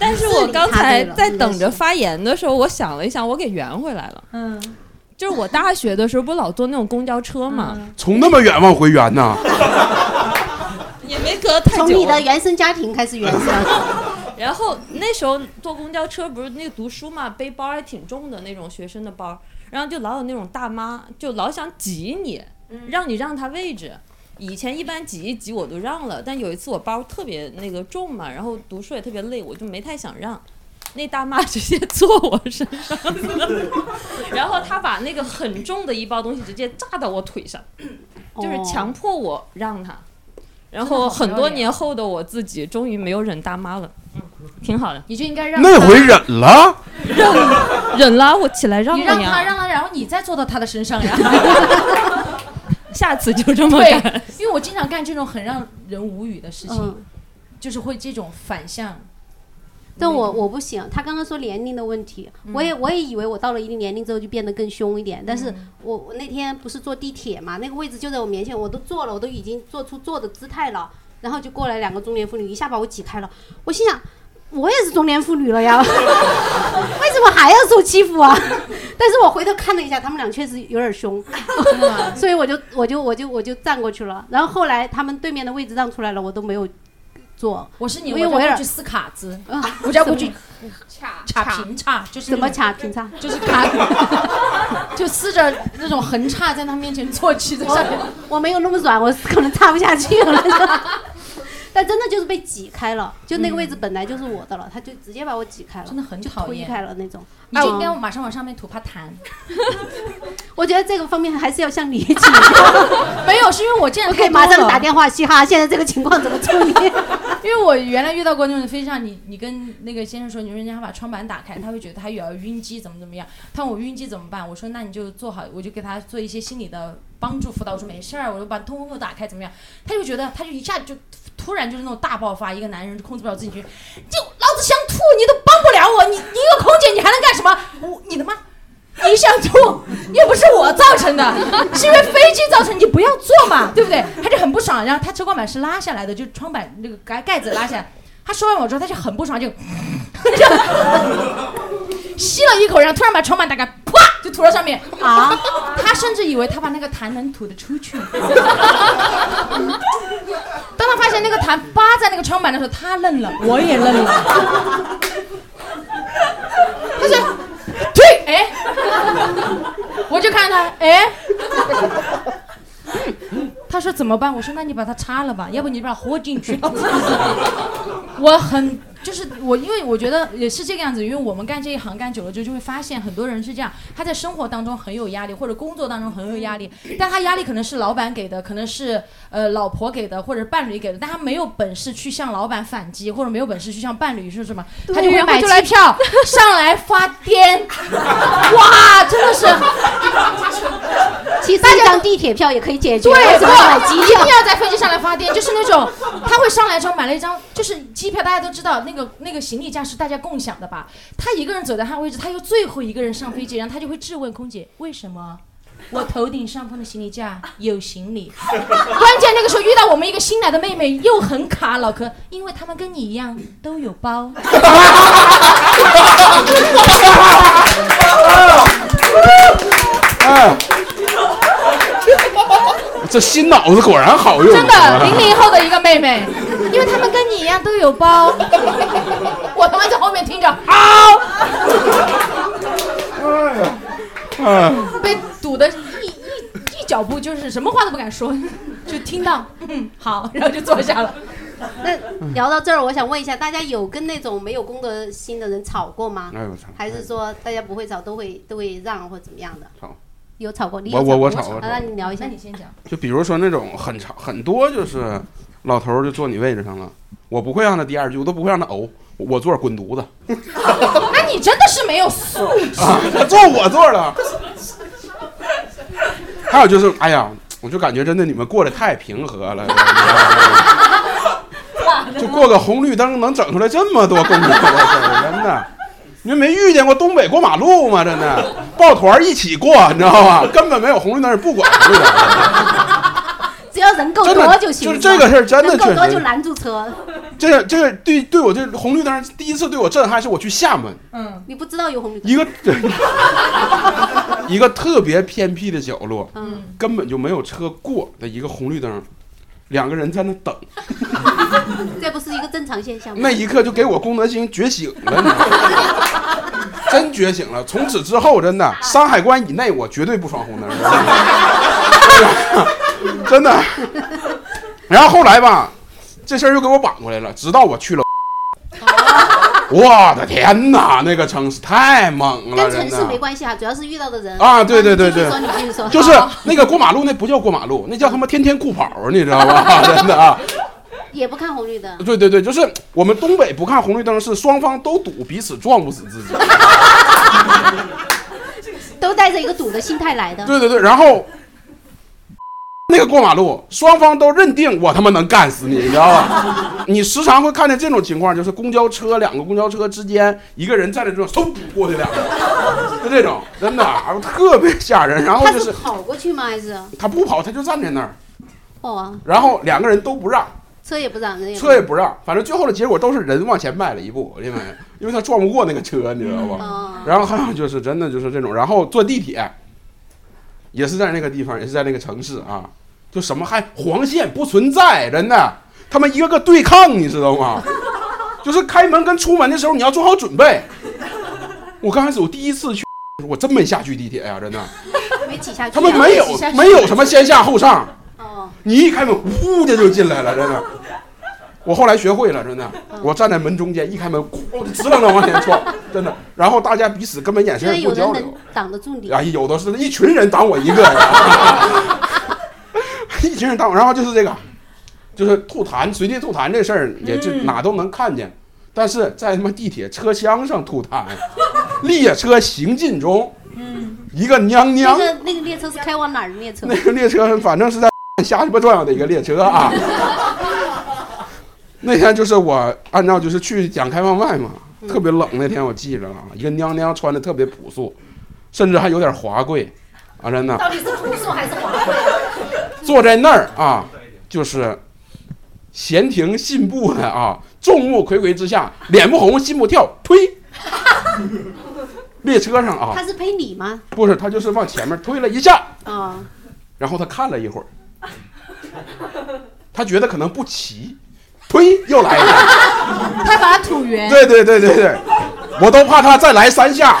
但是我刚才在等着发言的时候，我想了一想，我给圆回来了。
嗯，
就是我大学的时候不老坐那种公交车
嗯
嘛，
从那么远往回圆呐？
也没隔太久。
从你的原生家庭开始原生。
然后那时候坐公交车不是那个读书嘛，背包还挺重的那种学生的包，然后就老有那种大妈就老想挤你，让你让她位置。以前一般挤一挤我都让了，但有一次我包特别那个重嘛，然后读书也特别累，我就没太想让。那大妈直接坐我身上了，然后她把那个很重的一包东西直接炸到我腿上，就是强迫我让她。然后很多年后的我自己，终于没有忍大妈了，嗯，挺好的。
你就应该
那回
啊
忍了，
忍了，我起来让啊
你
了
让他
呀，
让他，然后你再坐到他的身上呀。
下次就这么
对
干。，
因为我经常干这种很让人无语的事情，
嗯
就是会这种反向。
但我我不行，他刚刚说年龄的问题，
嗯
我也我也以为我到了一定年龄之后就变得更凶一点，但是
嗯
我我那天不是坐地铁嘛，那个位置就在我面前，我都坐了，我都已经做出坐的姿态了，然后就过来两个中年妇女，一下把我挤开了，我心想。我也是中年妇女 了呀，为什么还要受欺负啊？但是我回头看了一下，他们俩确实有点凶， 所以我就我就我就我就站过去了。然后后来他们对面的位置让出来了，我都没有坐。
我是你，
因
我
为
叫
我有
过
点
去撕卡子
啊，
我叫过去
卡
卡平叉，就是
怎么
那种
卡平叉？
就是卡，就撕着那种横叉在他面前
哦
坐骑在上面。
我没有那么软，我可能插不下去了。 但真的就是被挤开了，就那个位置本来就是我的了，他就直接把我挤开了，真的
很讨
推
厌
开了那种。
你就应该
嗯
马上往上面吐，怕痰。
我觉得这个方面还是要 向你请教。
没有，是因为我见
我
的
可以
太多
马上
了
打电话嘻哈，现在这个情况怎么处 理？
因为我原来遇到过那种非常，你你跟那个先生说，你说人家把窗板打开，他会觉得他有要晕机，怎么怎么样。他问我晕机怎么办，我说那你就做好，我就给他做一些心理的帮助辅导，我说没事儿，我就把通风口打开怎么样。他就觉得他就一下就突然就是那种大爆发，一个男人控制不了自己，就老子想吐你都帮不了我，你你一个空姐你还能干什么？我你的妈！你想吐，又不是我造成的，是因为飞机造成，你不要坐嘛，对不对？他就很不爽，然后他车窗板是拉下来的，就窗板那个盖盖子拉下来。他说完我之后，他就很不爽，就 就吸了一口，然后突然把窗板打开，啪就吐到上面
啊！
他甚至以为他把那个痰能吐得出去。 当他发现那个痰扒在那个窗板的时候，他愣了，我也愣了。 他说：“对，哎，我就看他，哎，他说怎么办？我说那你把它插了吧，要不你把它豁进去。 我很就是我，因为我觉得也是这个样子，因为我们干这一行干久了之后，就会发现很多人是这样，他在生活当中很有压力，或者工作当中很有压力，但他压力可能是老板给的，可能是呃老婆给的，或者伴侣给的，但他没有本事去向老板反击，或者没有本事去向伴侣是什么，他就
对
会
买
买就来
气
票上来发癫，哇，真的是。
其实一张地铁票也可以解决，
对，
为什么要买机
一定
票？
要在飞机上来发癫，就是那种他会上来之后买了一张，就是机票，大家都知道那个那个行李架是大家共享的吧？他一个人走到他位置，他又最后一个人上飞机，然后他就会质问空姐为什么。我头顶上方的行李架有行李， 关键那个时候遇到我们一个新来的妹妹，又很卡老柯，因为他们跟你一样都有包。
哎，这新脑子果然好用。啊
真的，零零后的一个妹妹，因为他们跟你一样都有包， 我他妈在后面听着啊，
嗯，
被堵的一一一脚步就是什么话都不敢说， 就听到嗯好， 然后就坐下了。
那聊到这儿，我想问一下，大家有跟那种没有公德心的人吵过吗？
哎呦我操
还是说大家不会吵，都会都会让或怎么样的？
吵
有吵过？你
我
有
我我
吵
吵
过
我
吗？
吵
啊那你聊一下，
那你先讲。
就比如说那种很长很多，就是老头儿就坐你位置上了，我不会让他第二句，我都不会让他呕，我我坐着滚犊子。
那
啊
你真的是没有素质。
啊，他坐我座了。还有就是，哎呀，我就感觉真的你们过得太平和了， 就过个红绿灯能整出来这么多公主的事儿，真的。你们没遇见过东北过马路吗？真的，抱团儿一起过，你知道吧？根本没有红绿灯也不管红绿灯。
只要人够
真的
多就行。
就是这个事儿真的
人够多
确实
就拦住车。
这这个对对我这红绿灯第一次对我震撼是我去厦门，
嗯，你不知道有红绿灯。
一个 一个特别偏僻的角落，
嗯，
根本就没有车过的一个红绿灯，两个人在那等，
这不是一个正常现象吗？
那一刻就给我功德心觉醒了你知道吗，真觉醒了。从此之后，真的山海关以内我绝对不闯红灯，真的。然后后来吧，这事儿又给我绑过来了，直到我去了。我的天哪，那个城市太猛了，
跟
真
城
的。
市没关系啊，主要是遇到的人
啊，对对对
你继
对
续说，你继续说，
就是那个过马路，那不叫过马路，那叫他妈天天酷跑，你知道吧？ 真的啊，
也不看红绿灯，
对对对，就是我们东北不看红绿灯，是双方都赌彼此撞不死自己。
都带着一个赌的心态来的。
对对对，然后 那个过马路，双方都认定我他妈能干死你，你知道吧？ 你时常会看见这种情况，就是公交车两个公交车之间，一个人站在这种，嗖过去两个，就这种，真的 啊特别吓人。 然后
他
就是是
跑过去吗？还是
他不跑，他就站在那儿，
哦啊，
然后两个人都不让。
车也不让，人也
车也不让，反正最后的结果都是人往前迈了一步，因为因为他撞不过那个车，你知道
哦
吧？然后还有就是真的就是这种，然后坐地铁，也是在那个地方，也是在那个城市啊，就什么还黄线不存在，真的，他们一个个对抗，你知道吗？ 就是开门跟出门的时候你要做好准备。我刚开始我第一次去，我真没下去地铁呀、真的，
没挤下去啊，
他们没有
挤下去
没有什么先下后上，
哦，
你一开门，呼的就进来了，真的。我后来学会了，真的，
嗯
我站在门中间，一开门，咣，直愣愣往前冲，真的。然后大家彼此根本眼
居然
神
有
不交
人
流。
能挡得住你。
哎，有的是一群人挡我一个呀， 一群人挡我。然后就是这个，就是吐痰，随地吐痰这事儿，也就
嗯
哪都能看见。但是在他妈地铁车厢上吐 痰，列车行进中，
嗯，
一个娘
那
娘
个那个列车是开往哪儿的列车？
那个列车反正是在 瞎鸡巴转悠的一个列车啊。那天就是我按照就是去讲开放麦嘛，
嗯
特别冷那天我记着啊，一个娘娘穿的特别朴素，甚至还有点华贵，啊真的
到底是朴素还是华贵？
坐在那儿啊，就是闲庭信步的啊，众目睽睽之下，脸不红心不跳，呸！列车上 啊
他，是陪你吗？
不是他就是往前面推了一下，
啊，
然后他看了一会儿，他觉得可能不齐，呸，又来一个。
他把它吐圆。
对对对对对，我都怕他再来三下，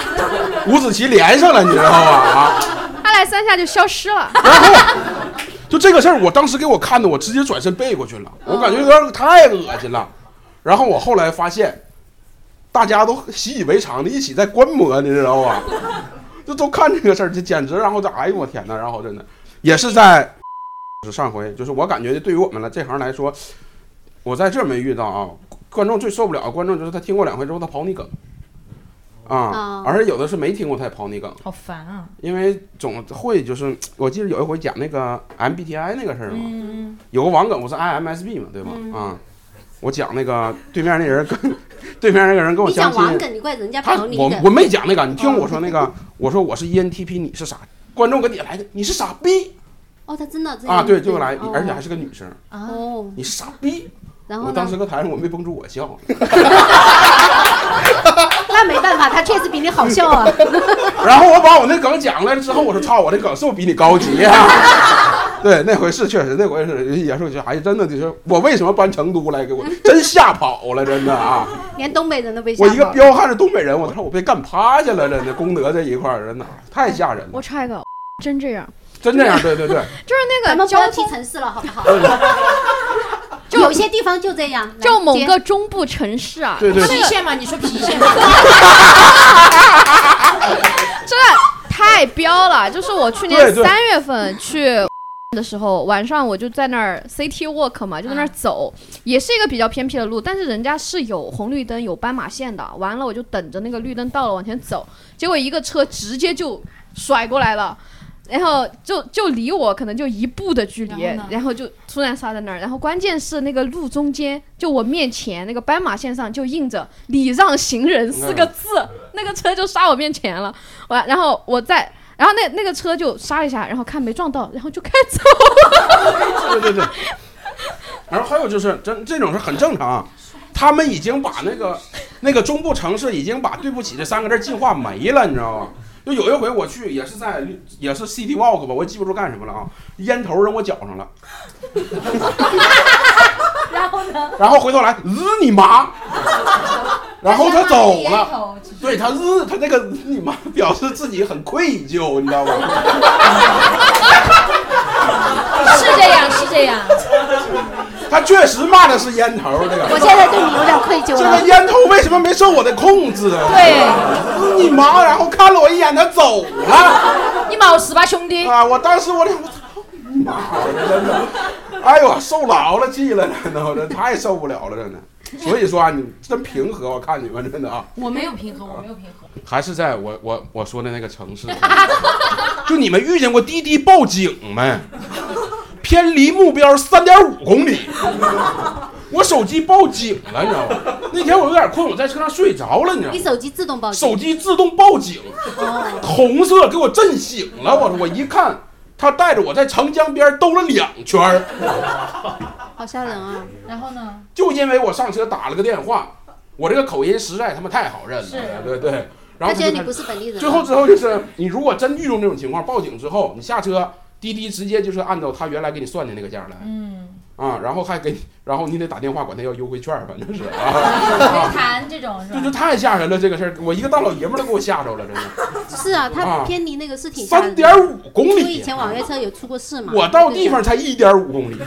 五子棋连上了，你知道吧？啊，
他来三下就消失了。
就这个事儿，我当时给我看的，我直接转身背过去了，我感觉有点太恶心了。然后我后来发现，大家都习以为常的一起在观摩，你知道吧？ 就都看这个事儿，这简直，然后这，哎呦我天呐，然后真的也是在，就是上回，就是我感觉对于我们来这行来说，我在这儿没遇到啊，观众最受不了，观众就是他听过两回之后他刨你梗，啊
啊，
而且有的是没听过他也刨你梗，
好烦啊！
因为总会就是，我记得有一回讲那个 MBTI 那个事儿嘛，
嗯，
有个网梗不是 IMSB 嘛，对吧？
嗯
啊，我讲那个对面那人跟 对面那个人跟我
你
相
讲
亲，
王梗，你怪人家
他
嫖你哦
我
的。
我没讲那个，你听我说那个，我说我是 E ENTP，你是啥？观众跟你来的，你是傻逼
哦，他真的这样
啊！对，就来，而且还是
是
个女生，
哦，
你是傻逼。
然后
我
呢
当时搁台上我没绷住我笑，
那没办法，他确实比你好笑啊。
然后我把我那梗讲了之后，我说操，我这梗是不是比你高级啊？ 对，那回是确实，那回是也是，哎，真的就是我为什么搬成都来给我真吓跑了，真的啊！
连东北人都被吓
我一个
跑了
彪悍的东北人，我操，我被干趴下了，真的，功德这一块儿真的太吓人了，
我插一个，真这样，
真这样，对对对，
就是那
咱
个
们不要
交
提
通，
城市了，好不好？
就
有些地方就这样，
就某
接
个中部城市啊，
对对
它那
郫
个
县嘛，你说郫县嘛，
真的太彪了！就是我去
对
年
对
三月份去的时候，晚上我就在那儿 CT walk 嘛，就在那儿走，也是一个比较偏僻的路，但是人家是有红绿灯、有斑马线的。完了，我就等着那个绿灯到了往前走，结果一个车直接就甩过来了。然后就就离我可能就一步的距离，
然
然
后呢
后就突然刹在那儿。然后关键是那个路中间，就我面前那个斑马线上就印着“礼让行人”四个字，那个车就刹我面前了。我然后我在，然后那那个车就刹一下，然后看没撞到，然后就开走了。
对对对。然后还有就是，这这种是很正常。啊他们已经把那个那个中部城市已经把“对不起”这三个字进化没了，你知道吗？就有一回我去，也是在也是 City Walk 吧，我也记不住干什么了啊，烟头扔我脚上了，
然后呢？
然后回头来，日你妈！然后他走了。
了。
对他日他那个你妈表示自己很愧疚，你知道吗？
是这样，是这样。
他确实骂的是烟头这个。
我现在对你有点愧疚
这
了
个烟头为什么没受我的控制？啊
对
日你妈！然后看了我一眼，他走了。
你毛十八兄弟
啊！我当时我就我操你妈的，真的，哎呦，受劳了气了，真的，我这太受不了了，真的。所以说啊，你真平和，我看你们真的啊。
我没有平衡，我没有平衡。
还是在我我我说的那个城市， 就你们遇见过滴滴报警没？偏离目标三点五公里，我手机报警了，你知道吗？那天我有点困，我在车上睡着了，你知道
你
吗？
手机自动报警，哦
手机自动报警，红色给我震醒了，我我一看，他带着我在长江边兜了两圈儿
好吓人啊！
然后呢？
就因为我上车打了个电话，我这个口音实在他妈太好认了
是，
对对。然
他
后
觉
就
得你
开
不是本地人。啊
最后之后就是，你如果真遇中这种情况，报警之后，你下车，滴滴直接就是按照他原来给你算的那个价来
嗯，
啊，然后还给你，然后你得打电话管他要优惠券儿，反正 是
没
啊，
谈这种是
这
吧？
就太吓人了，这个事儿，我一个大老爷们儿都给我吓着了，真 的。
是啊，
啊
他偏离那个是挺吓人的
3.5公里啊
因为以前网约车有出过事嘛。
我到地方才一点五公里，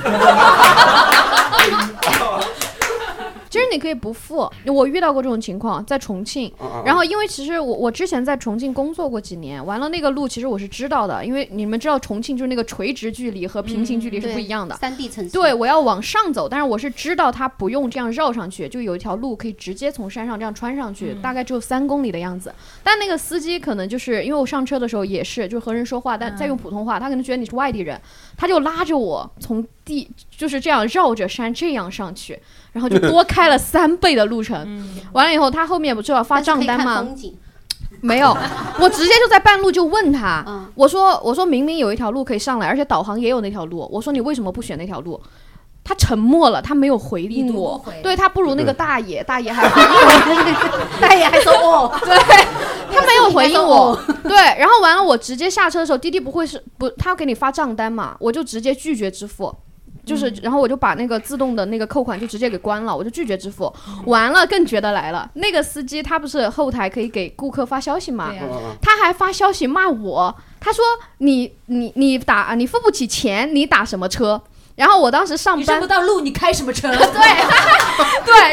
其实你可以不付，我遇到过这种情况，在重庆
嗯嗯。
然后因为其实我我之前在重庆工作过几年，完了那个路其实我是知道的，因为你们知道重庆就是那个垂直距离和平行距离是不一样的。
嗯三 D 城市。
对，我要往上走，但是我是知道它不用这样绕上去，就有一条路可以直接从山上这样穿上去，
嗯
大概只有三公里的样子。但那个司机可能就是因为我上车的时候也是，就是和人说话，
嗯
但在用普通话，他可能觉得你是外地人，他就拉着我从地就是这样绕着山这样上去，然后就多开了三倍的路程。完了以后，他后面不是要发账单吗？没 有，我直接就在半路就问他，我说我说明明有一条路可以上来，而且导航也有那条路，我说你为什么不选那条路？他沉默了，他没有回应我，对他不如那个大爷，大爷还
大爷还说哦，
对他没有回应我， 对，然后完了我直接下车的时候，滴滴不会是不他要给你发账单嘛，我就直接拒绝支付。就是，然后我就把那个自动的那个扣款就直接给关了，我就拒绝支付。完了，更觉得来了，那个司机他不是后台可以给顾客发消息嘛
对呀嗯嗯，
他还发消息骂我，他说你你你打你付不起钱，你打什么车？然后我当时上班，
你认不到路，你开什么 车？
对，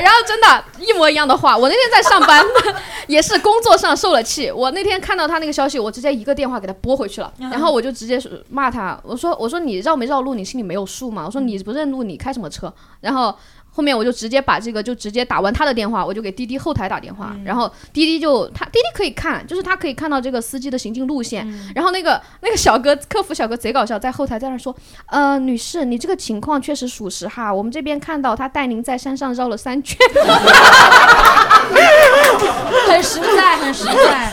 然后真的，一模一样的话。我那天在上班， 也是工作上受了气。我那天看到他那个消息，我直接一个电话给他拨回去了，然后我就直接是骂他，我说我说你绕没绕路，你心里没有数吗？我说
嗯
你不认路，你开什么车？然后。后面我就直接把这个就直接打完他的电话，我就给滴滴后台打电
嗯
话，然后滴滴就他滴滴可以看，就是他可以看到这个司机的行进路线，
嗯
然后那个那个小哥客服小哥贼搞笑，在后台在那说，呃，女士，你这个情况确实属实哈，我们这边看到他带您在山上绕了三圈，
很实在，很实在。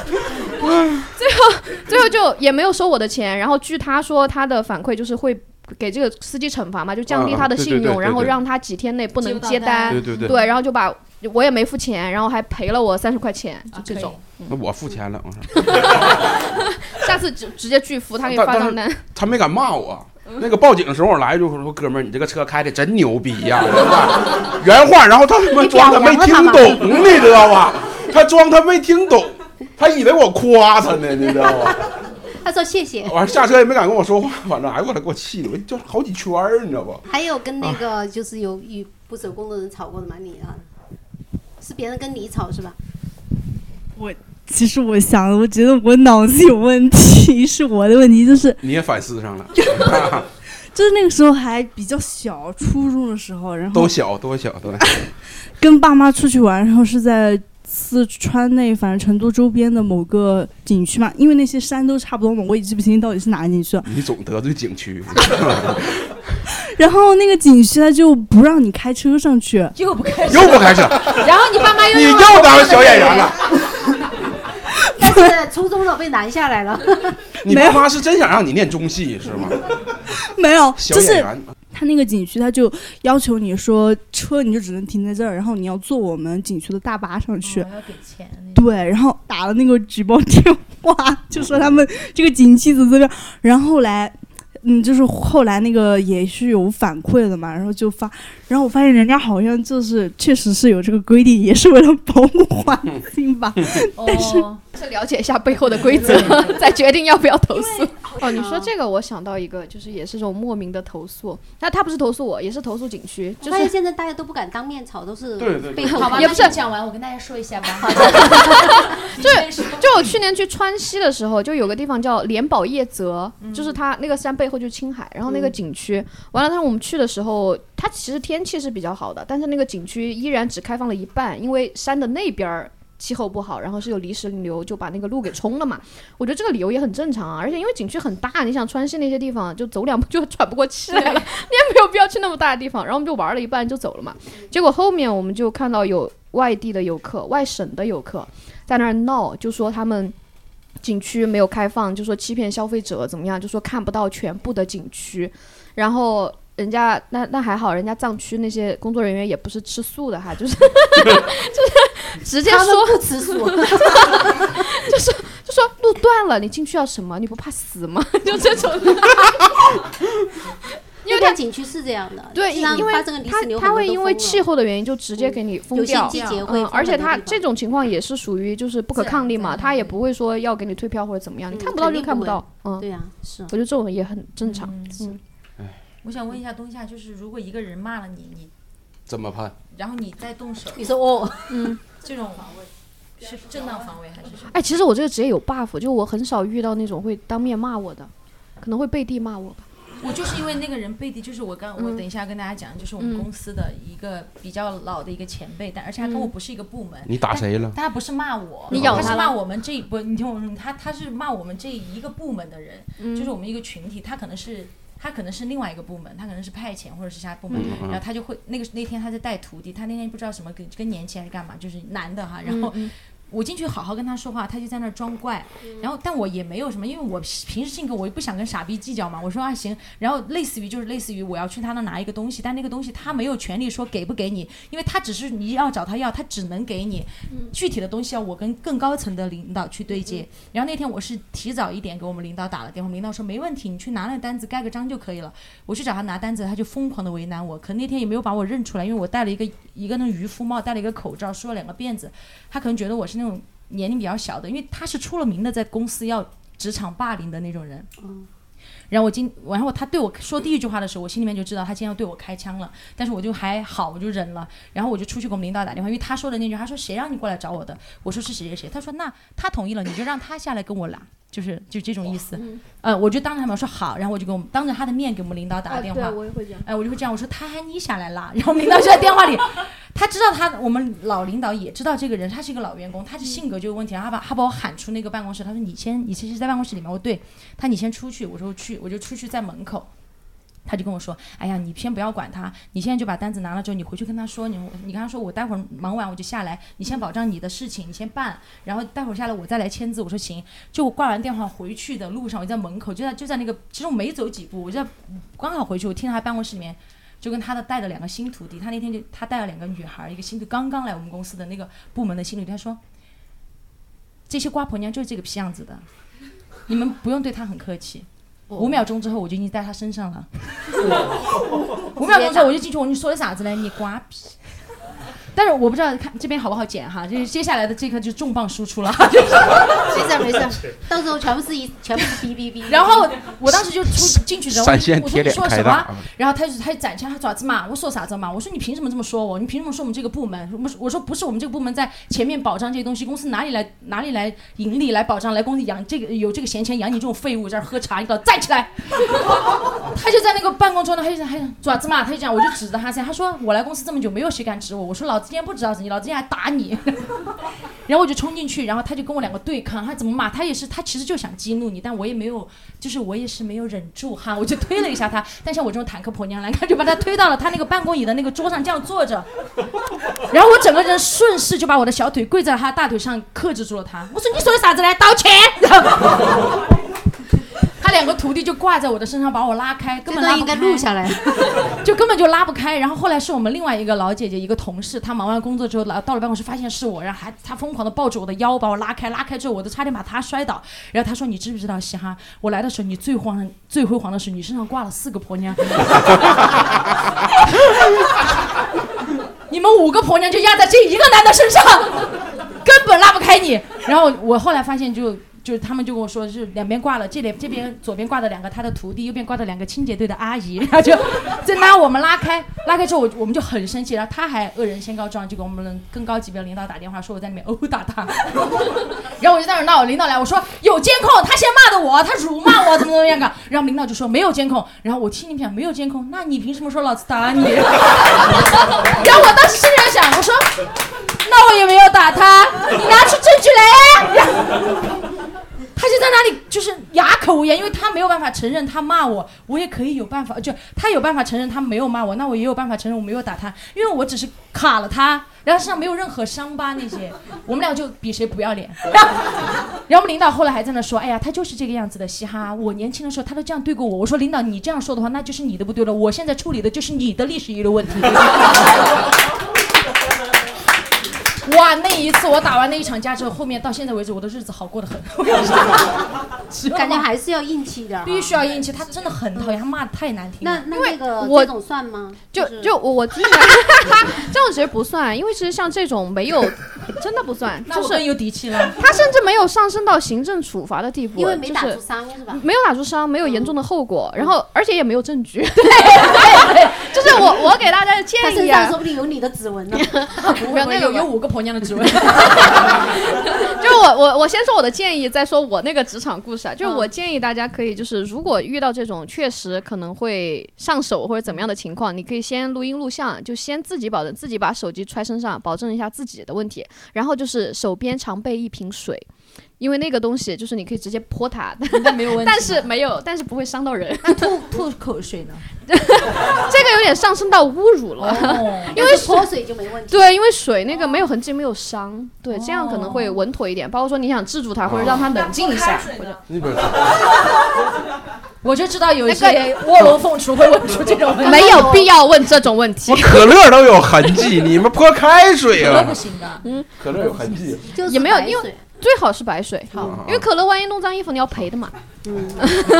最后最后就也没有收我的钱，然后据他说他的反馈就是会。给这个司机惩罚嘛，就降低他的
啊对
信用，
对对对
然后
对
让他几天内不能
接不到
接
单
单，
对对对
然后就把我也没付钱，然后还赔了我三十块钱，就这种。
嗯
那我付钱了，我说。
下次直直接拒付，他给你
但
发
但
账
是
单。
他没敢骂我。那个报警的时候，我来就说：“哥们儿，你这个车开的真牛逼呀、真的原话，然后他他妈装他没听懂，你知道吧？他装他没听懂，他以为我夸他呢，你知道吧？
他说谢谢。
完下车也没敢跟我说话，反正哎呦我这给我气的，我就是好几圈儿，你知道不？
还有跟那个就是有与不守公的人吵过的吗？你啊，是别人跟你吵是吧？
我其实我想，我觉得我脑子有问题，是我的问题，就是
你也反思上了，啊
就是那个时候还比较小，初中的时候，然后
都小多小多小。
跟爸妈出去玩，然后是在四川那反正成都周边的某个景区嘛，因为那些山都差不多嘛，我也记不清到底是哪个景区了。
你总得罪景区，
然后那个景区它就不让你开车上去，
又不开
又不开车，
然后你爸妈又
你又当小演员了。
但是初中的被拦下来了。
你爸妈是真想让你念中戏是吗？
没有，
小
哦就
演
是
员
他那个景区，他就要求你说车你就只能停在这儿，然后你要坐我们景区的大巴上去。
给钱。
对，然后打了那个举报电话，就说他们这个景区怎么怎么样。然后后来，嗯，就是后来那个也是有反馈的嘛，然后就发，然后我发现人家好像就是确实是有这个规定，也是为了保护环境吧。
但是
是哦了解一下背后的规则， 再决定要不要投诉。
哦
哦，
你
你
说
说这个，我想到一个，就是也是这种莫名的投诉。那他不是投诉我，也是投诉景区，就
我发现
是
现在大家都不敢当面吵，都是
对对对
背后
好吧
看
也不是
讲完，我跟大家说一下吧。
就就我去年去川西的时候，就有个地方叫莲宝叶泽，就是它那个山背后就是青海，然后那个景区，完了，但是我们去的时候，它其实天气是比较好的，但是那个景区依然只开放了一半，因为山的那边儿。气候不好，然后是有泥石流，就把那个路给冲了嘛。我觉得这个理由也很正常啊，而且因为景区很大，你想川西那些地方，就走两步 就喘不过气来了，你也没有必要去那么大的地方。然后我们就玩了一半就走了嘛。结果后面我们就看到有外地的游客、外省的游客在那儿闹，就说他们景区没有开放，就说欺骗消费者怎么样，就说看不到全部的景区，然后。人家那那还好，人家藏区那些工作人员也不是吃素的哈，就是 就是直接
他们
说
不 吃素
就是就说路断了，你进去要什么？你不怕死吗？ 就这种。因为
它景区是这样的，
对，因
经常
因为
发生个泥石流，
它它
我们
会
都
因为
疯了
气候的原因就直接给你封
有些
掉，
季节会
嗯，
封
而且
很多
它
地方
这种情况也是属于就是不可抗力嘛，它也不会说要给你退票或者怎么样，你看不到就看不到，嗯，
对呀，啊是，
我觉得这种也很正常，嗯，
我想问一下东夏，就是如果一个人骂了你，你
怎么判？
然后你再动手，
你说哦，
嗯，
这种防卫是正当防卫还是什么？
哎，其实我这个职业有 buff，就我很少遇到那种会当面骂我的，可能会背地骂我吧，
我就是因为那个人背地，就是我刚我
嗯
等一下跟大家讲，就是我们公司的一个比较老的一个前辈，但而且他跟我不是一个部门。
你打谁了
但他不是骂我，
你咬
他
他
是
了
骂我们这一不，你听我说，他他是骂我们这一个部门的人，
嗯
就是我们一个群体，他可能是。他可能是另外一个部门，他可能是派遣或者是其他部门，
嗯嗯
然后他就会那个那天他在带徒弟，他那天不知道什么跟跟年期还是干嘛，就是男的哈，然后
嗯嗯嗯
我进去好好跟他说话，他就在那儿装怪，然后但我也没有什么，因为我平时性格我也不想跟傻逼计较嘛，我说啊行，然后类似于就是类似于我要去他那拿一个东西，但那个东西他没有权利说给不给你，因为他只是你要找他要，他只能给你，具体的东西要我跟更高层的领导去对接。然后那天我是提早一点给我们领导打了电话，我们领导说没问题，你去拿那个单子盖个章就可以了。我去找他拿单子，他就疯狂的为难我，可那天也没有把我认出来，因为我戴了一个一个那种渔夫帽，戴了一个口罩，梳了两个辫子，他可能觉得我是那种年龄比较小的，因为他是出了名的在公司要职场霸凌的那种人。
嗯
然后我今，然后他对我说第一句话的时候，我心里面就知道他今天要对我开枪了，但是我就还好，我就忍了。然后我就出去给我们领导打电话，因为他说的那句，他说谁让你过来找我的？我说是谁谁谁，他说那他同意了，你就让他下来跟我打，就是就这种意思。
嗯
呃，我就当着他们说好，然后我就给我们当着他的面给我们领
哦
导打了电
啊
话。
也会这样。
哎，我就会这样，我说他喊你下来啦，然后领导就在电话里，他知道他我们老领导也知道这个人，他是一个老员工，他的性格就有问题，然后他把他把我喊出那个办公室，他说你先，你其实在办公室里面，我说对，他你先出去，我说去，我就出去在门口。他就跟我说：“哎呀，你先不要管他，你现在就把单子拿了之后，你回去跟他说，你你跟他说，我待会儿忙完我就下来，你先保障你的事情，你先办，然后待会儿下来我再来签字。”我说：“行。”就我挂完电话回去的路上，我就在门口，就在就在那个，其实我没走几步，我就在刚好回去，我听到他办公室里面就跟他的带的两个新徒弟，他那天就他带了两个女孩儿，一个新徒刚刚来我们公司的那个部门的新徒弟，他说这些瓜婆娘就是这个皮样子的，你们不用对她很客气。
哦
五秒钟之后我就已经在她身上了，五秒钟之后 我就进去，我说你说的啥子嘞？你瓜皮。 但是我不知道看这边好不好剪哈，就是接下来的这个就重磅输出了， 就是
没事儿没事儿，到时候全部是一全部是哔哔哔。
然后我当时就出进去之后，我
闪
就
现
我说
贴
你
脸
说
开
什
大
么
啊？
然后他就他就展开他爪子骂，我说啥子嘛？我说你凭什么这么说我？你凭什么说我们这个部门？我们我说不是我们这个部门在前面保障这些东西，公司哪里来哪里来盈利来保障来公司养这个有这个闲钱养你这种废物在这儿喝茶，你给我站起来！ 他就在那个办公桌那，他就在他就爪子嘛，他就讲，我就指着他噻，他说我来公司这么久，没有谁敢指我，我说老子今天不指导你，老子今天还打你。然后我就冲进去，然后他就跟我两个对抗，他怎么骂他也是，他其实就想激怒你，但我也没有，就是我也是没有忍住哈，我就推了一下他。但像我这种坦克婆娘来，他就把他推到了他那个办公椅的那个桌上，这样坐着。 然后我整个人顺势就把我的小腿跪在他大腿上，克制住了他。我说你说的啥子呢？道歉。 他两个徒弟就挂在我的身上，把我拉开，根本拉不
应该
开。
录下来。
就根本就拉不开。然后后来是我们另外一个老姐姐，一个同事，她忙完工作之后来到了办公室，发现是我，然后还她疯狂的抱着我的腰把我拉开，拉开之后我都差点把她摔倒。然后她说：“你知不知道嘻哈？我来的时候你最慌最辉煌的时候，你身上挂了四个婆娘。”你们五个婆娘就压在这一个男的身上， 根本拉不开你。然后我后来发现就。就是他们就跟我说，是两边挂了，这里这边左边挂的两个他的徒弟，右边挂的两个清洁队的阿姨，然后就在拉我们拉开，拉开之后我我们就很生气，然后他还恶人先告状，就给我们更高级别的领导打电话说我在里面殴打他， 然后我就在那儿闹，领导来我说有监控，他先骂的我，他辱骂我怎么怎么样的，然后领导就说没有监控，然后我心里想没有监控，那你凭什么说老子打你？ 然后我当时心里在想，我说那我也没有打他，你拿出证据
哎
来。然后他就在那里就是哑口无言，因为他没有办法承认他骂我，我也可以有办法，就他有办法承认他没有骂我，那我也有办法承认我没有打他，因为我只是卡了他，然后身上没有任何伤疤那些，我们俩就比谁不要脸。然后，然后我们领导后来还在那说，哎呀，他就是这个样子的，嘻哈，我年轻的时候他都这样对过我，我说领导你这样说的话，那就是你的不对了，我现在处理的就是你的历史遗留问题。哇，那一次我打完那一场架之后，后面到现在为止，我的日子好过得很。
感觉还是要硬气一点啊
必须要硬气。他真的很讨厌，他骂的太难听了。
那
因为
那个
我
这种算吗？
就就我我 之前这种其实不算，因为其实像这种没有真的不 算，
那
就
我
是
更有底气了。
他甚至没有上升到行政处罚的地步，
因为没打
就是
出伤是吧？
没有打出伤，没有严重的后果，然后而且也没有证据。 对，就是我我给大家的建
他身
议
上
啊
说，不定有你的指纹呢。
不要那个
有五个婆娘的指纹。
就是我我我先说我的建议，再说我那个职场故事啊。
嗯
就是我建议大家可以，就是如果遇到这种确实可能会上手或者怎么样的情况，你可以先录音录像，就先自己保证自己把手机揣身上，保证一下自己的问题。然后就是手边常备一瓶水。因为那个东西就是你可以直接泼它， 但没有
问题啊
但是没有，但是不会伤到人。
吐吐口水呢？
这个有点上升到侮辱了，
哦
因为
但是泼水就没问题。
对，因为水那个没有痕迹，没有伤，对，这样可能
哦
会稳妥一点。包括说你想制住它，或者让它冷静一下，或者
你本
我就知道有一
那
些
个
卧龙凤雏会问出这种问题。
没有必要问这种问题。
可乐都有痕 迹，你们泼开水啊
可乐不
了，
行的，
嗯，
可乐有痕迹，
也没有，因为最好是白水，
好
因为可乐万一弄脏衣服，你要赔的嘛。
嗯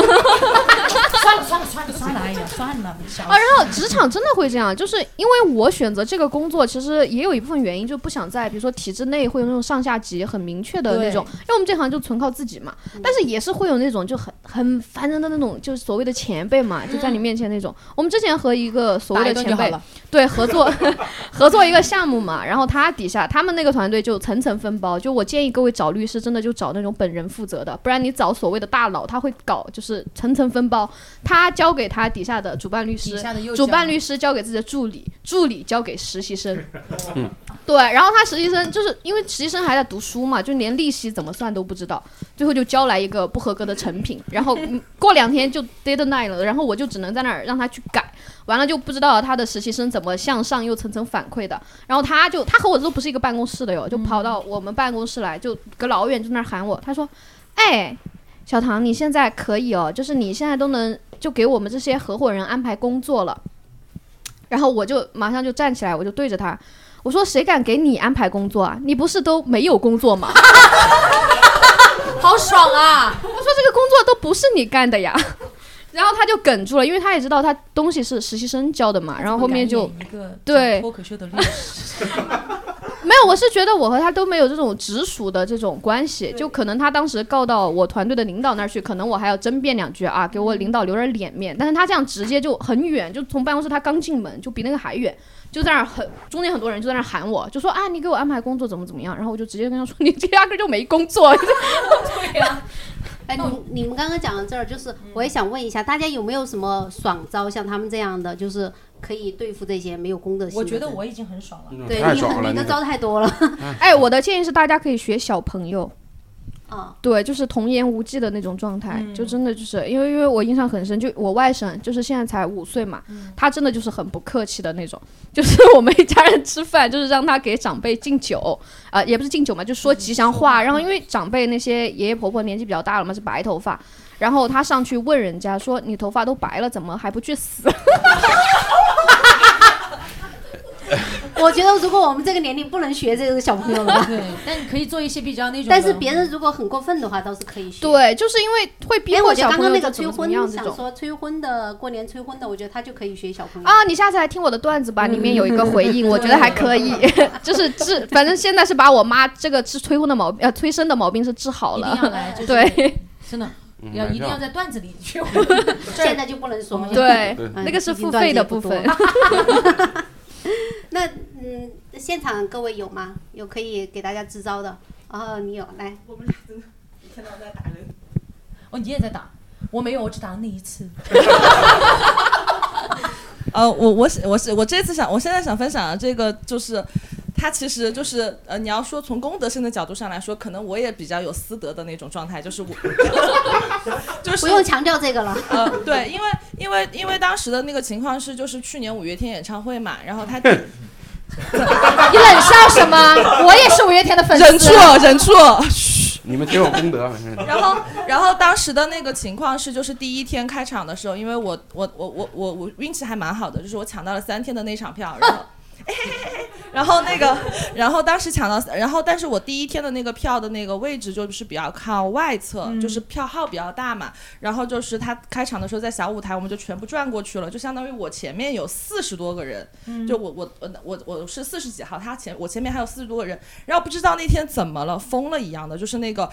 算了算了算了算了，哎呀算了，小
啊，然后职场真的会这样，就是因为我选择这个工作，其实也有一部分原因，就不想在比如说体制内会有那种上下级很明确的那种，因为我们这行就纯靠自己嘛。
嗯
但是也是会有那种就很很烦人的那种，就是所谓的前辈嘛，就在你面前那种。我们之前和一个所谓的
嗯打一顿
前
就好
辈
了
对合作 合作一个项目嘛，然后他底下他们那个团队就层层分包，就我建议各位找律师，真的就找那种本人负责的，不然你找所谓的大佬，他会搞就是层层分包，他交给他底下的主办律师
底下的又，
主办
交
律师交给自己的助理，助理交给实习 生。
嗯，
对，然后他实习生就是因为实习生还在读书嘛，就连利息怎么算都不知道，最后就交来一个不合格的成品，然后嗯过两天就 deadline 了，然后我就只能在那儿让他去改，完了就不知道他的实习生怎么向上又层层反馈的，然后他就他和我都不是一个办公室的哟，就跑到我们办公室来，就隔老远就那儿喊我，他说，哎，小唐，你现在可以哦，就是你现在都能就给我们这些合伙人安排工作了。然后我就马上就站起来，我就对着他，我说：“谁敢给你安排工作啊？你不是都没有工作吗？”
好爽啊！
我说这个工作都不是你干的呀。 然后他就哽住了，因为他也知道他东西是实习生教的嘛。然后后面就
一个
对
脱口秀的律师，
没有，我是觉得我和他都没有这种直属的这种关系，就可能他当时告到我团队的领导那儿去，可能我还要争辩两句啊，给我领导留点脸面。但是他这样直接就很远，就从办公室他刚进门就比那个还远，就在那儿很中间很多人就在那儿喊我，就说啊你给我安排工作怎么怎么样，然后我就直接跟他说你这压根儿就没工作。
哎，你你们刚刚讲到这儿，就是我也想问一下，大家有没有什么爽招，像他们这样的，就是可以对付这些没有公德心的
我
人。
觉得我已经很爽了。
对
嗯太
你
爽了
你
那
的
个
招太多了。
哎，我的建议是大家可以学小朋友。
啊，
对，就是童言无忌的那种状态，
嗯
就真的就是因为因为我印象很深，就我外甥就是现在才五岁嘛，
嗯
他真的就是很不客气的那种，就是 我们一家人吃饭，就是让他给长辈敬酒，啊、也不是敬酒嘛，就说吉祥
嗯
话，然后因为长辈那些爷爷婆婆年纪比较大了嘛，是白头发，然后他上去问人家说你头发都白了，怎么还不去死？
我觉得如果我们这个年龄不能学这个小朋友了 吧？
对，但你可以做一些比较那种
但是别人如果很过分的话，倒是可以学。
对，就是因为会逼
哎
迫
我觉
小
得刚
朋
刚
友
那
就
个
怎
催
么怎
婚
么，样这
想
种。
说催婚的过年催婚的，我觉得他就可以学小朋友。
啊，你下次来听我的段子吧，里面有一个回应，我觉得还可以，就是治，反正现在是把我妈这个治催婚的毛病，呃，催生的毛病是治好
一
了
定要来，就是
对。
真的
嗯
要
还
一定
是
要
要
在段子里去。
现在就不能说了啊
对
嗯
哎
那个是
毕竟
付
段
费
子
的
也不
部
多
分
那嗯，现场各位有吗？有可以给大家支招的？哦，你有来。我们
一天到晚在打人。
哦，你也在打，我没有，我只打了那一次。
呃，我我是我是我这次想，我现在想分享的这个就是，它其实就是呃，你要说从公德心的角度上来说，可能我也比较有私德的那种状态，就是我， 就是
不用强调这个了。
呃，对，因为因为因为当时的那个情况是，就是去年五月天演唱会嘛，然后他
你冷笑什么？我也是五月天的粉丝。
忍住，忍住，
你们挺有功德，反正。
然后，然后当时的那个情况是，就是第一天开场的时候，因为我我我我我我运气还蛮好的，就是我抢到了三天的那场票，然后。哎然后那个， 然后当时抢到，然后但是我第一天的那个票的那个位置就是比较靠外侧，就是票号比较大嘛。然后就是他开场的时候在小舞台，我们就全部转过去了，就相当于我前面有四十多个人，
嗯
就我我我我我是四十几号，他前我前面还有四十多个人。然后不知道那天怎么了，疯了一样的，就是那个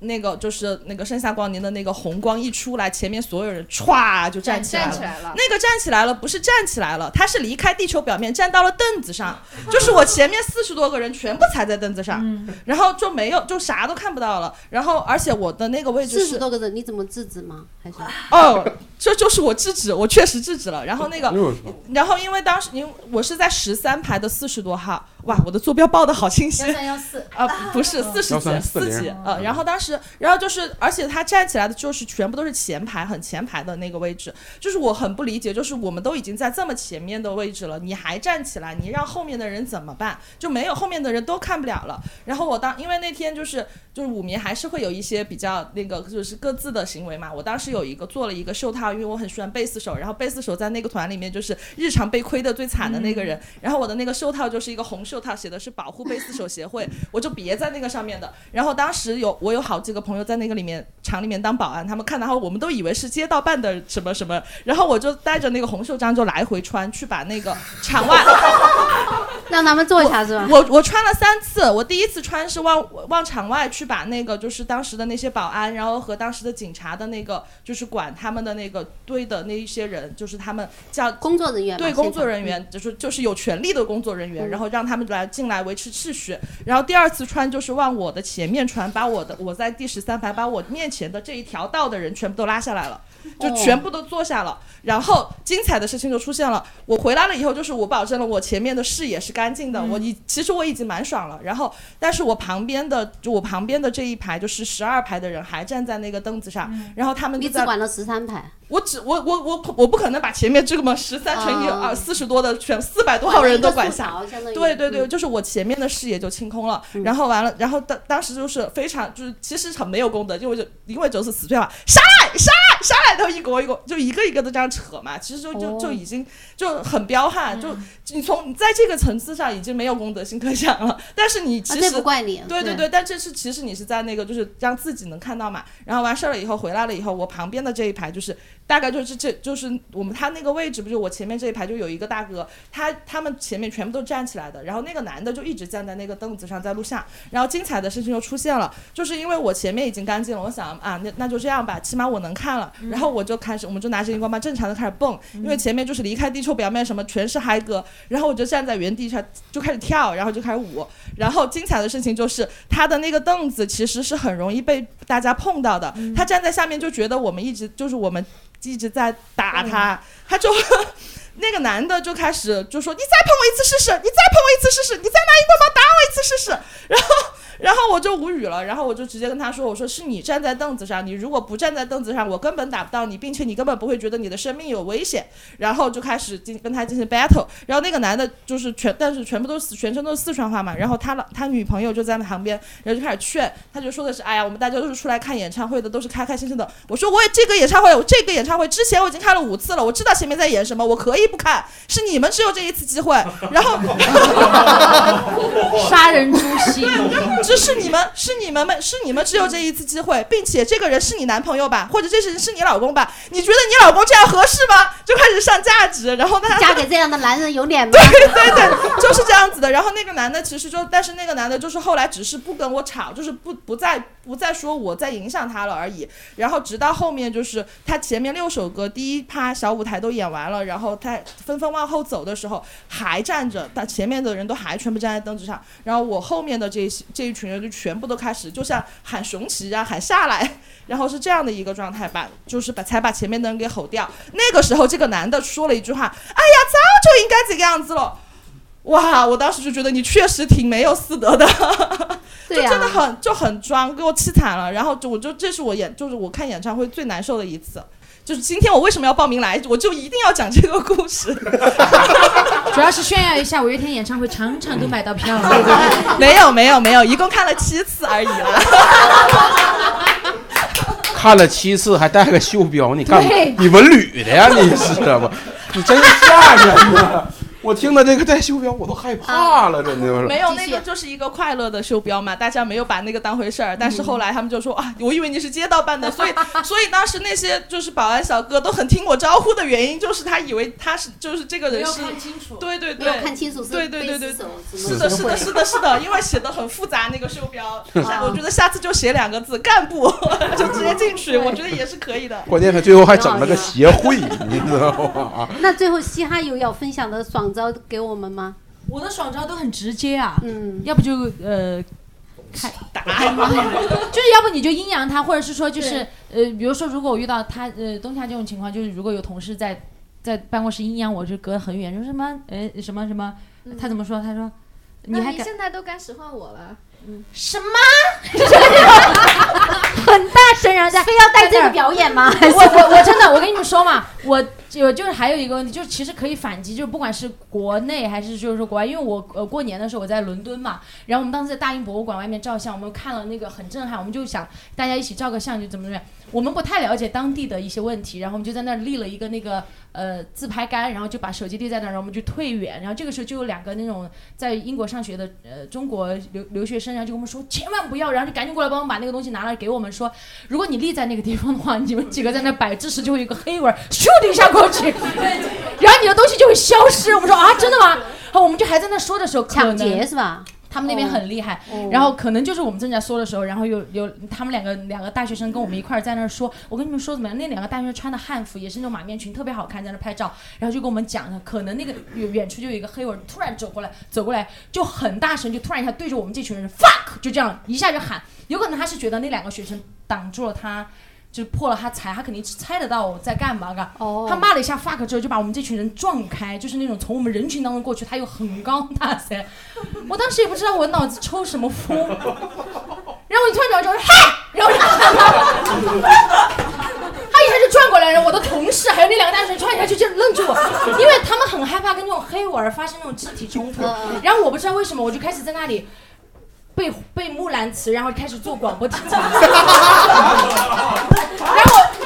那个就是那个盛夏光年的那个红光一出来，前面所有人歘就站起来
站起来了
那个站起来了，不是站起来了，他是离开地球表面，站到了凳子 上，就是我前面四十多个人全部踩在凳子上，
嗯
然后就没有就啥都看不到了。然后而且我的那个位置
四
是
十多个人，你怎么制止吗？还是
哦，这就是我制止，我确实制止了。然后那个
哎呦我操，
然后因为当时因为我是在十三排的四十多号，哇，我的坐标报的好清晰，
幺三幺四
啊，不是四十几，
1340
四几，呃，然后当时，然后就是，而且他站起来的就是全部都是前排，很前排的那个位置，就是我很不理解，就是我们都已经在这么前面的位置了，你还站起来，你让后面的人怎么办？就没有后面的人都看不了了。然后我当因为那天就是就是舞迷还是会有一些比较那个就是各自的行为嘛，我当时有一个做了一个袖套，因为我很喜欢贝斯手，然后贝斯手在那个团里面就是日常被亏的最惨的那个人，然后我的那个袖套就是一个红袖套，写的是保护贝斯手协会，我就别在那个上面的。然后当时有我有好几个朋友在那个里面厂里面当保安，他们看到后我们都以为是街道办的什么什么，然后我就带着那个红袖章就来回穿，去把那个场外
让他们做一下是吧？
我我穿了三次，我第一次穿是往往场外去把那个就是当时的那些保安，然后和当时的警察的那个就是管他们的那个队的那一些人，就是他们叫
工作人员吧
对
现在
工作人员就是就是有权利的工作人员，然后让他们来进来维持秩序。然后第二次穿就是往我的前面穿，把我的我在第十三排把我面前的这一条道的人全部都拉下来了。就
哦
全部都坐下了，然后精彩的事情就出现了。我回来了以后，就是我保证了我前面的视野是干净的，我已其实我已经蛮爽了。然后，但是我旁边的就我旁边的这一排就是十二排的人还站在那个凳子上，然后他们就
你
在
只管了十三排，
我只我我我我不可能把前面这么十三乘以
啊
二四十多的全四 百多号人都管
管
下
了一个树条相当，于
对对对，
嗯
就是我前面的视野就清空了，然后完了，然后当当时就是非常就是其实很没有功德，因为就因为就是死对吧，杀来杀来杀来，都一国一国就一个一个的这样扯嘛，其实就就就
哦
已经就很彪悍，就
嗯
就你从你在这个层次上已经没有功德心可讲了，但是你其
啊这
实
不怪你
对对
对
对，但这是其实你是在那个，就是让自己能看到嘛。然后完事儿了以后回来了以后，我旁边的这一排就是大概就是这就是我们他那个位置，不就我前面这一排就有一个大哥，他他们前面全部都站起来的，然后那个男的就一直站在那个凳子上在录像。然后精彩的事情就出现了，就是因为我前面已经干净了，我想啊那那就这样吧，起码我能看了。然后我就开始我们就拿着荧光棒正常的开始蹦，因为前面就是离开地球表面什么全是嗨歌，然后我就站在原地上就开始跳，然后就开始舞。然后精彩的事情就是他的那个凳子其实是很容易被大家碰到的，他站在下面就觉得我们一直就是我们一直在打他，他就。 那个男的就开始就说：“你再碰我一次试试，你再碰我一次试试，你再拿一棍棒打我一次试试。”然后， 然后我就无语了，然后我就直接跟他说：“我说是你站在凳子上，你如果不站在凳子上，我根本打不到你，并且你根本不会觉得你的生命有危险。”然后就开始进跟他进行 battle。然后那个男的就是全，但是全部都是全程都是四川话嘛。然后他老他女朋友就在旁边，然后就开始劝，他就说的是：“哎呀，我们大家都是出来看演唱会的，都是开开心心的。”我说：“我也这个演唱会，我这个演唱会之前我已经看了五次了，我知道前面在演什么，我可以不看，是你们只有这一次机会。”然后。
杀人诛心。
对， 这是你们，是你们们，是你们只有这一次机会，并且这个人是你男朋友吧，或者这是是你老公吧？你觉得你老公这样合适吗？就开始上价值，然后他
嫁给这样的男人有脸 吗？
对对对，就是这样子的。然后那个男的其实就，但是那个男的就是后来只是不跟我吵，就是不不再不再说我在影响他了而已。然后直到后面就是他前面六首歌第一趴小舞台都演完了，然后他纷纷往后走的时候还站着，但前面的人都还全部站在凳子上，然后我后面的这一些这一群人就全部都开始就像喊雄起啊，喊下来，然后是这样的一个状态吧，就是把才把前面的人给吼掉。那个时候这个男的说了一句话：“哎呀，早就应该这个样子了。”哇！我当时就觉得你确实挺没有私 德的，就
对啊
真的很就很装，给我气惨了。然后就我就这是我演就是我看演唱会最难受的一次，就是今天我为什么要报名来，我就一定要讲这个故事。
主要是炫耀一下五月天演唱会，场场都买到票了。
没有没有没有，一共看了七次而已啦。
看了七次还带个袖标，你干嘛
对
你文旅的呀？你是怎 么？你真吓人呐！我听到这个带袖标，我都害怕了，真的。
没有那个就是一个快乐的袖标嘛，大家没有把那个当回事儿。但
嗯
是后来他们就说啊，我以为你是街道办的，所以所以当时那些就是保安小哥都很听我招呼的原因，就是他以为他是就是这个人是
没有看清楚
对对对，
没有看清楚是
对对对啊对
被撕手
是
怎么
的
撕
是的
毁
是的是 的，因为写的很复杂那个袖标，
啊
我觉得下次就写两个字干部 就直接进去，我觉得也是可以的。
关键他最后还整了个协会，你知道 吗？
哦
啊
那最后嘻哈有要分享的爽招给我们吗？
我的爽招都很直接啊，
嗯，
要不就呃，开 打，就是要不你就阴阳他，或者是说就是呃，比如说如果我遇到他呃东夏这种情况，就是如果有同事在在办公室阴阳我，就隔得很远，说什么呃什么什么，他怎么说？他说嗯你还敢
现在都该使唤我了，嗯，
什么？
很大声然后在非要带这个表演 吗？还是
我我我真的，我跟你们说嘛，我我就是还有一个问题，就是其实可以反击，就是不管是国内还是就是说国外，因为我呃过年的时候我在伦敦嘛，然后我们当时在大英博物馆外面照相，我们看了那个很震撼，我们就想大家一起照个相就怎么怎么样。我们不太了解当地的一些问题，然后我们就在那儿立了一个那个呃自拍杆，然后就把手机立在那儿，然后我们就退远。然后这个时候就有两个那种在英国上学的呃中国留留学生，然后就跟我们说千万不要，然后就赶紧过来帮我们把那个东西拿来给我们说，如果你立在那个地方的话，你们几个在那摆姿势就会有一个黑纹儿咻的 一下过去， 然后你的东西就会消失。我们说啊，真的吗？然后我们就还在那说的时候，
抢劫
可能
是吧？
他们那边很厉害，
哦
然后可能就是我们正在说的时候，然后有有他们两个两个大学生跟我们一块儿在那儿说，我跟你们说怎么样？那两个大学生穿的汉服也是那种马面裙，特别好看，在那儿拍照，然后就跟我们讲，可能那个远远处就有一个黑人突然走过来，走过来就很大声，就突然一下对着我们这群人 fuck，就这样一下就喊，有可能他是觉得那两个学生挡住了他。就破了他财，他肯定猜得到我在干嘛噶。
哦
他骂了一下 fuck 之后，就把我们这群人撞开，就是那种从我们人群当中过去，他又很高大噻。我当时也不知道我脑子抽什么风，然后我就突然转头，嗨，然后我就 看他，他一下就转过来了。我的同事还有那两个大学生，突然一下就这样愣住我，因为他们很害怕跟这种黑娃儿发生那种肢体冲突。然后我不知道为什么，我就开始在那里。背背木兰辞，然后开始做广播体操。 然后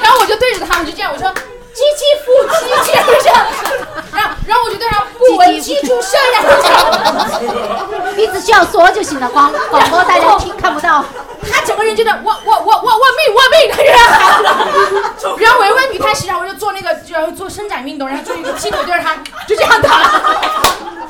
然后我就对着他，我就这样，我说鸡鸡腹肌鸡，然后这样，然后然后我就对他不闻鸡出声，然后这样，
你只需要说就行了，广广播大家听看不到。
他整个人就在我我我我我命我命，他就这样喊了。 然后我一问女开始，然后我就做那个，然后做伸展运动，然后做一个鸡腿对着他， 就这样打。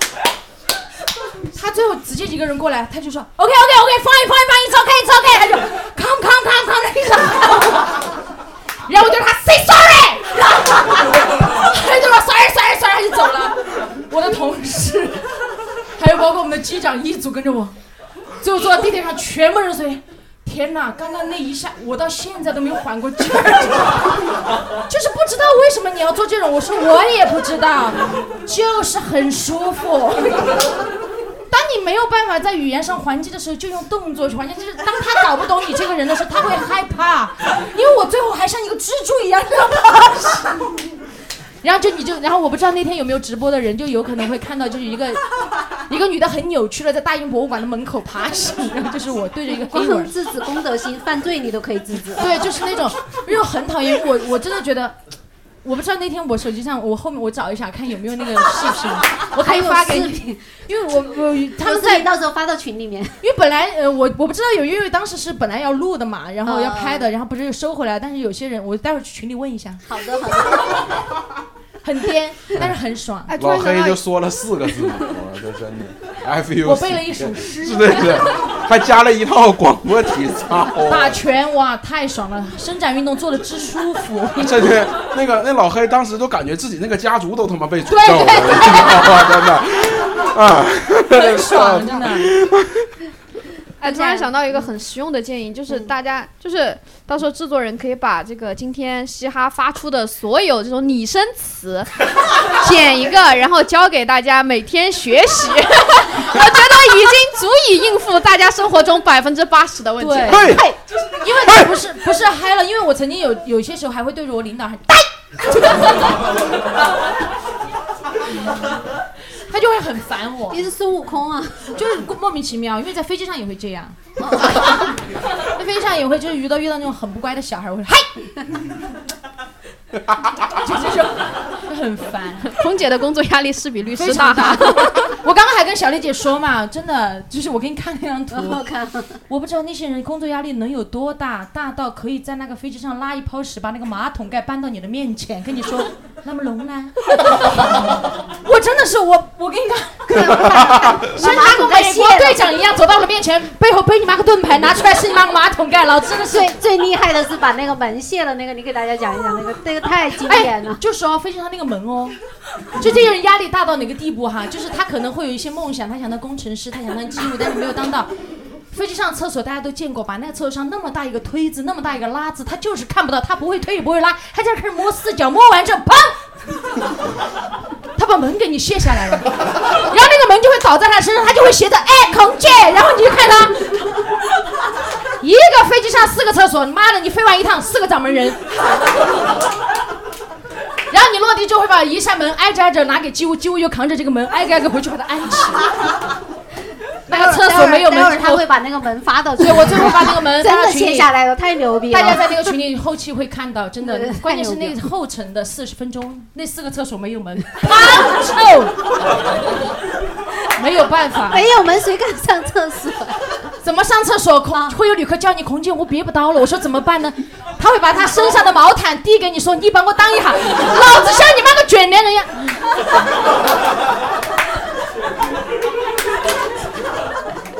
他最后直接一个人过来，他就说 OK OK OK fine fine fine it's OK it's OK，他就 come come come come 那个， 然后我就让他 say sorry，他就说 sorry sorry sorry，他就走了。我的同事， 还有包括我们的机长一组跟着我，最后坐到地铁上，全部人随天哪！刚刚那一下，我到现在都没有缓过劲儿， 就是不知道为什么你要做这种。我说我也不知道，就是很舒服。当你没有办法在语言上还击的时候，就用动作去还击。就是当他搞不懂你这个人的时候，他会害怕，因为我最后还像一个蜘蛛一样让他。 然后就你就，然后我不知道那天有没有直播的人，就有可能会看到，就是一个一个女的很扭曲的在大英博物馆的门口爬行，然后就是我对着一个
光
黑文，
制止公德心，犯罪你都可以制止。
对，就是那种，因为我很讨厌我，我真的觉得。我不知道那天我手机上，我后面我找一下看有没有那个视频，我可以发给
还有视
你，因为我我他
有
们
视频
在
到时候发到群里面，
因为本来呃我我不知道有，因为当时是本来要录的嘛，然后要
嗯
拍的，然后不是又收回来，但是有些人我待会儿去群里问一下，
好的好的，
很颠，但是很爽。哎
老黑就说了四个字母，我这真的 F U。
我背了一首诗
是对的，还加了一套广播体操。啊
打拳哇，太爽了！伸展运动做的之舒 服，
真的，那个那老黑当时都感觉自己那个家族都他妈被诅
对
咒了，
对
你知道吗？真的，啊，
很爽，啊真 的。
哎，突然想到一个很实用的建议，就是
嗯
大家就是到时候制作人可以把这个今天嘻哈发出的所有这种拟声 词剪一个，然后教给大家每天学习。 我觉得已经足以应付大家生活中百分之八十的问题了。
对
嘿
因为这不是不是嗨了，因为我曾经有有些时候还会对着我领导喊呆，他就会很烦我。
你是孙悟空啊，
就是莫名其妙，因为在飞机上也会这 样，在飞机上也会就是遇到遇到那种很不乖的小孩，我会嗨，就是就很烦。
空姐的工作压力是比律
非
师
常
大。
大。 我刚刚还跟小丽姐说嘛，真的就是我给你看那 张图，
我看，
我不知道那些人工作压力能有多大，大到可以在那个飞机上拉一泡屎，把那个马桶盖搬到你的面前，跟你说那么浓呢？ 我真的是我，我给你 看，像
马
那个
桶盖
美
卸
国
了
队长一样走到了面前，背后背你妈个盾牌，拿出来是你妈个马桶盖，老子真的是
最。最厉害的是把那个门卸了，那个你给大家讲一讲，那个那个太经典了。
哎就说飞机上那个门 哦，就这个人压力大到哪个地步哈？就是他可能会有一些梦想，他想当工程师，他想当机务，但是没有当到。飞机上厕所大家都见过吧？那个厕所上那么大一个推子，那么大一个拉子，他就是看不到，他不会推也不会拉，他就开始摸四脚，摸完之后，砰！他把门给你卸下来了，然后那个门就会倒在他身上，他就会斜着，哎，孔姐，然后你就看他，一个飞机上四个厕所，妈的，你飞完一趟四个掌门人，然后你落地就会把一扇门挨着挨着拿给机务，机务又扛着这个门挨个挨个回去把它安起。那个厕所没有门，
待会儿待会儿他会把那个门发到群里，
对我最后把那个门
真
发
的
到群里
卸下来了，太牛逼了！
大家在那个群里后期会看到，真的
对，
关键
太
是
牛逼
那
了
后程的四十分钟，那四个厕所没有门， 好臭， 没有办法，
没有门谁敢上厕所？
怎么上厕所？孔会有旅客叫你孔姐，我憋不到了。我说怎么办呢？他会把他身上的毛毯递给你，说你帮我当一下，老子像你妈个卷帘人一样。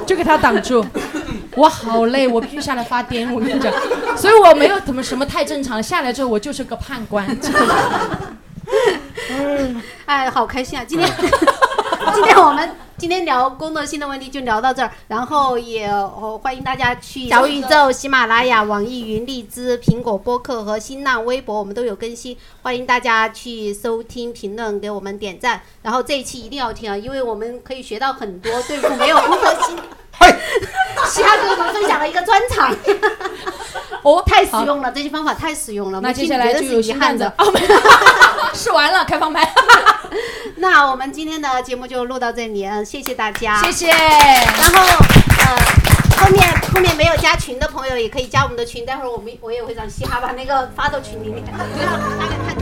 就给他挡住，我好累，我必须下来发癫，我跟你讲，所以我没有怎么什么太正常，下来之后我就是个判官，
哎，好开心啊！今天
嗯
今天我们今天聊工作性的问题就聊到这儿，然后也、哦、欢迎大家去小宇宙、喜马拉雅、网易云、荔枝、苹果播客和新浪微博，我们都有更新，欢迎大家去收听、评论、给我们点赞。然后这一期一定要听啊，因为我们可以学到很多对付没有工作心。 嘻哈给我们分享了一个专场，
哦，
太实用了，这些方法太实用了。
那接下来
我
就
们
有
听觉得是遗
新
憾
段子啊，。
的
没有 试完了，开放麦，
那我们今天的节目就录到这里，嗯谢谢大家，
谢谢。
然后呃，后面后面没有加群的朋友也可以加我们的群，待会儿我们我也 会让嘻哈把那个发到群里面，不要大家看。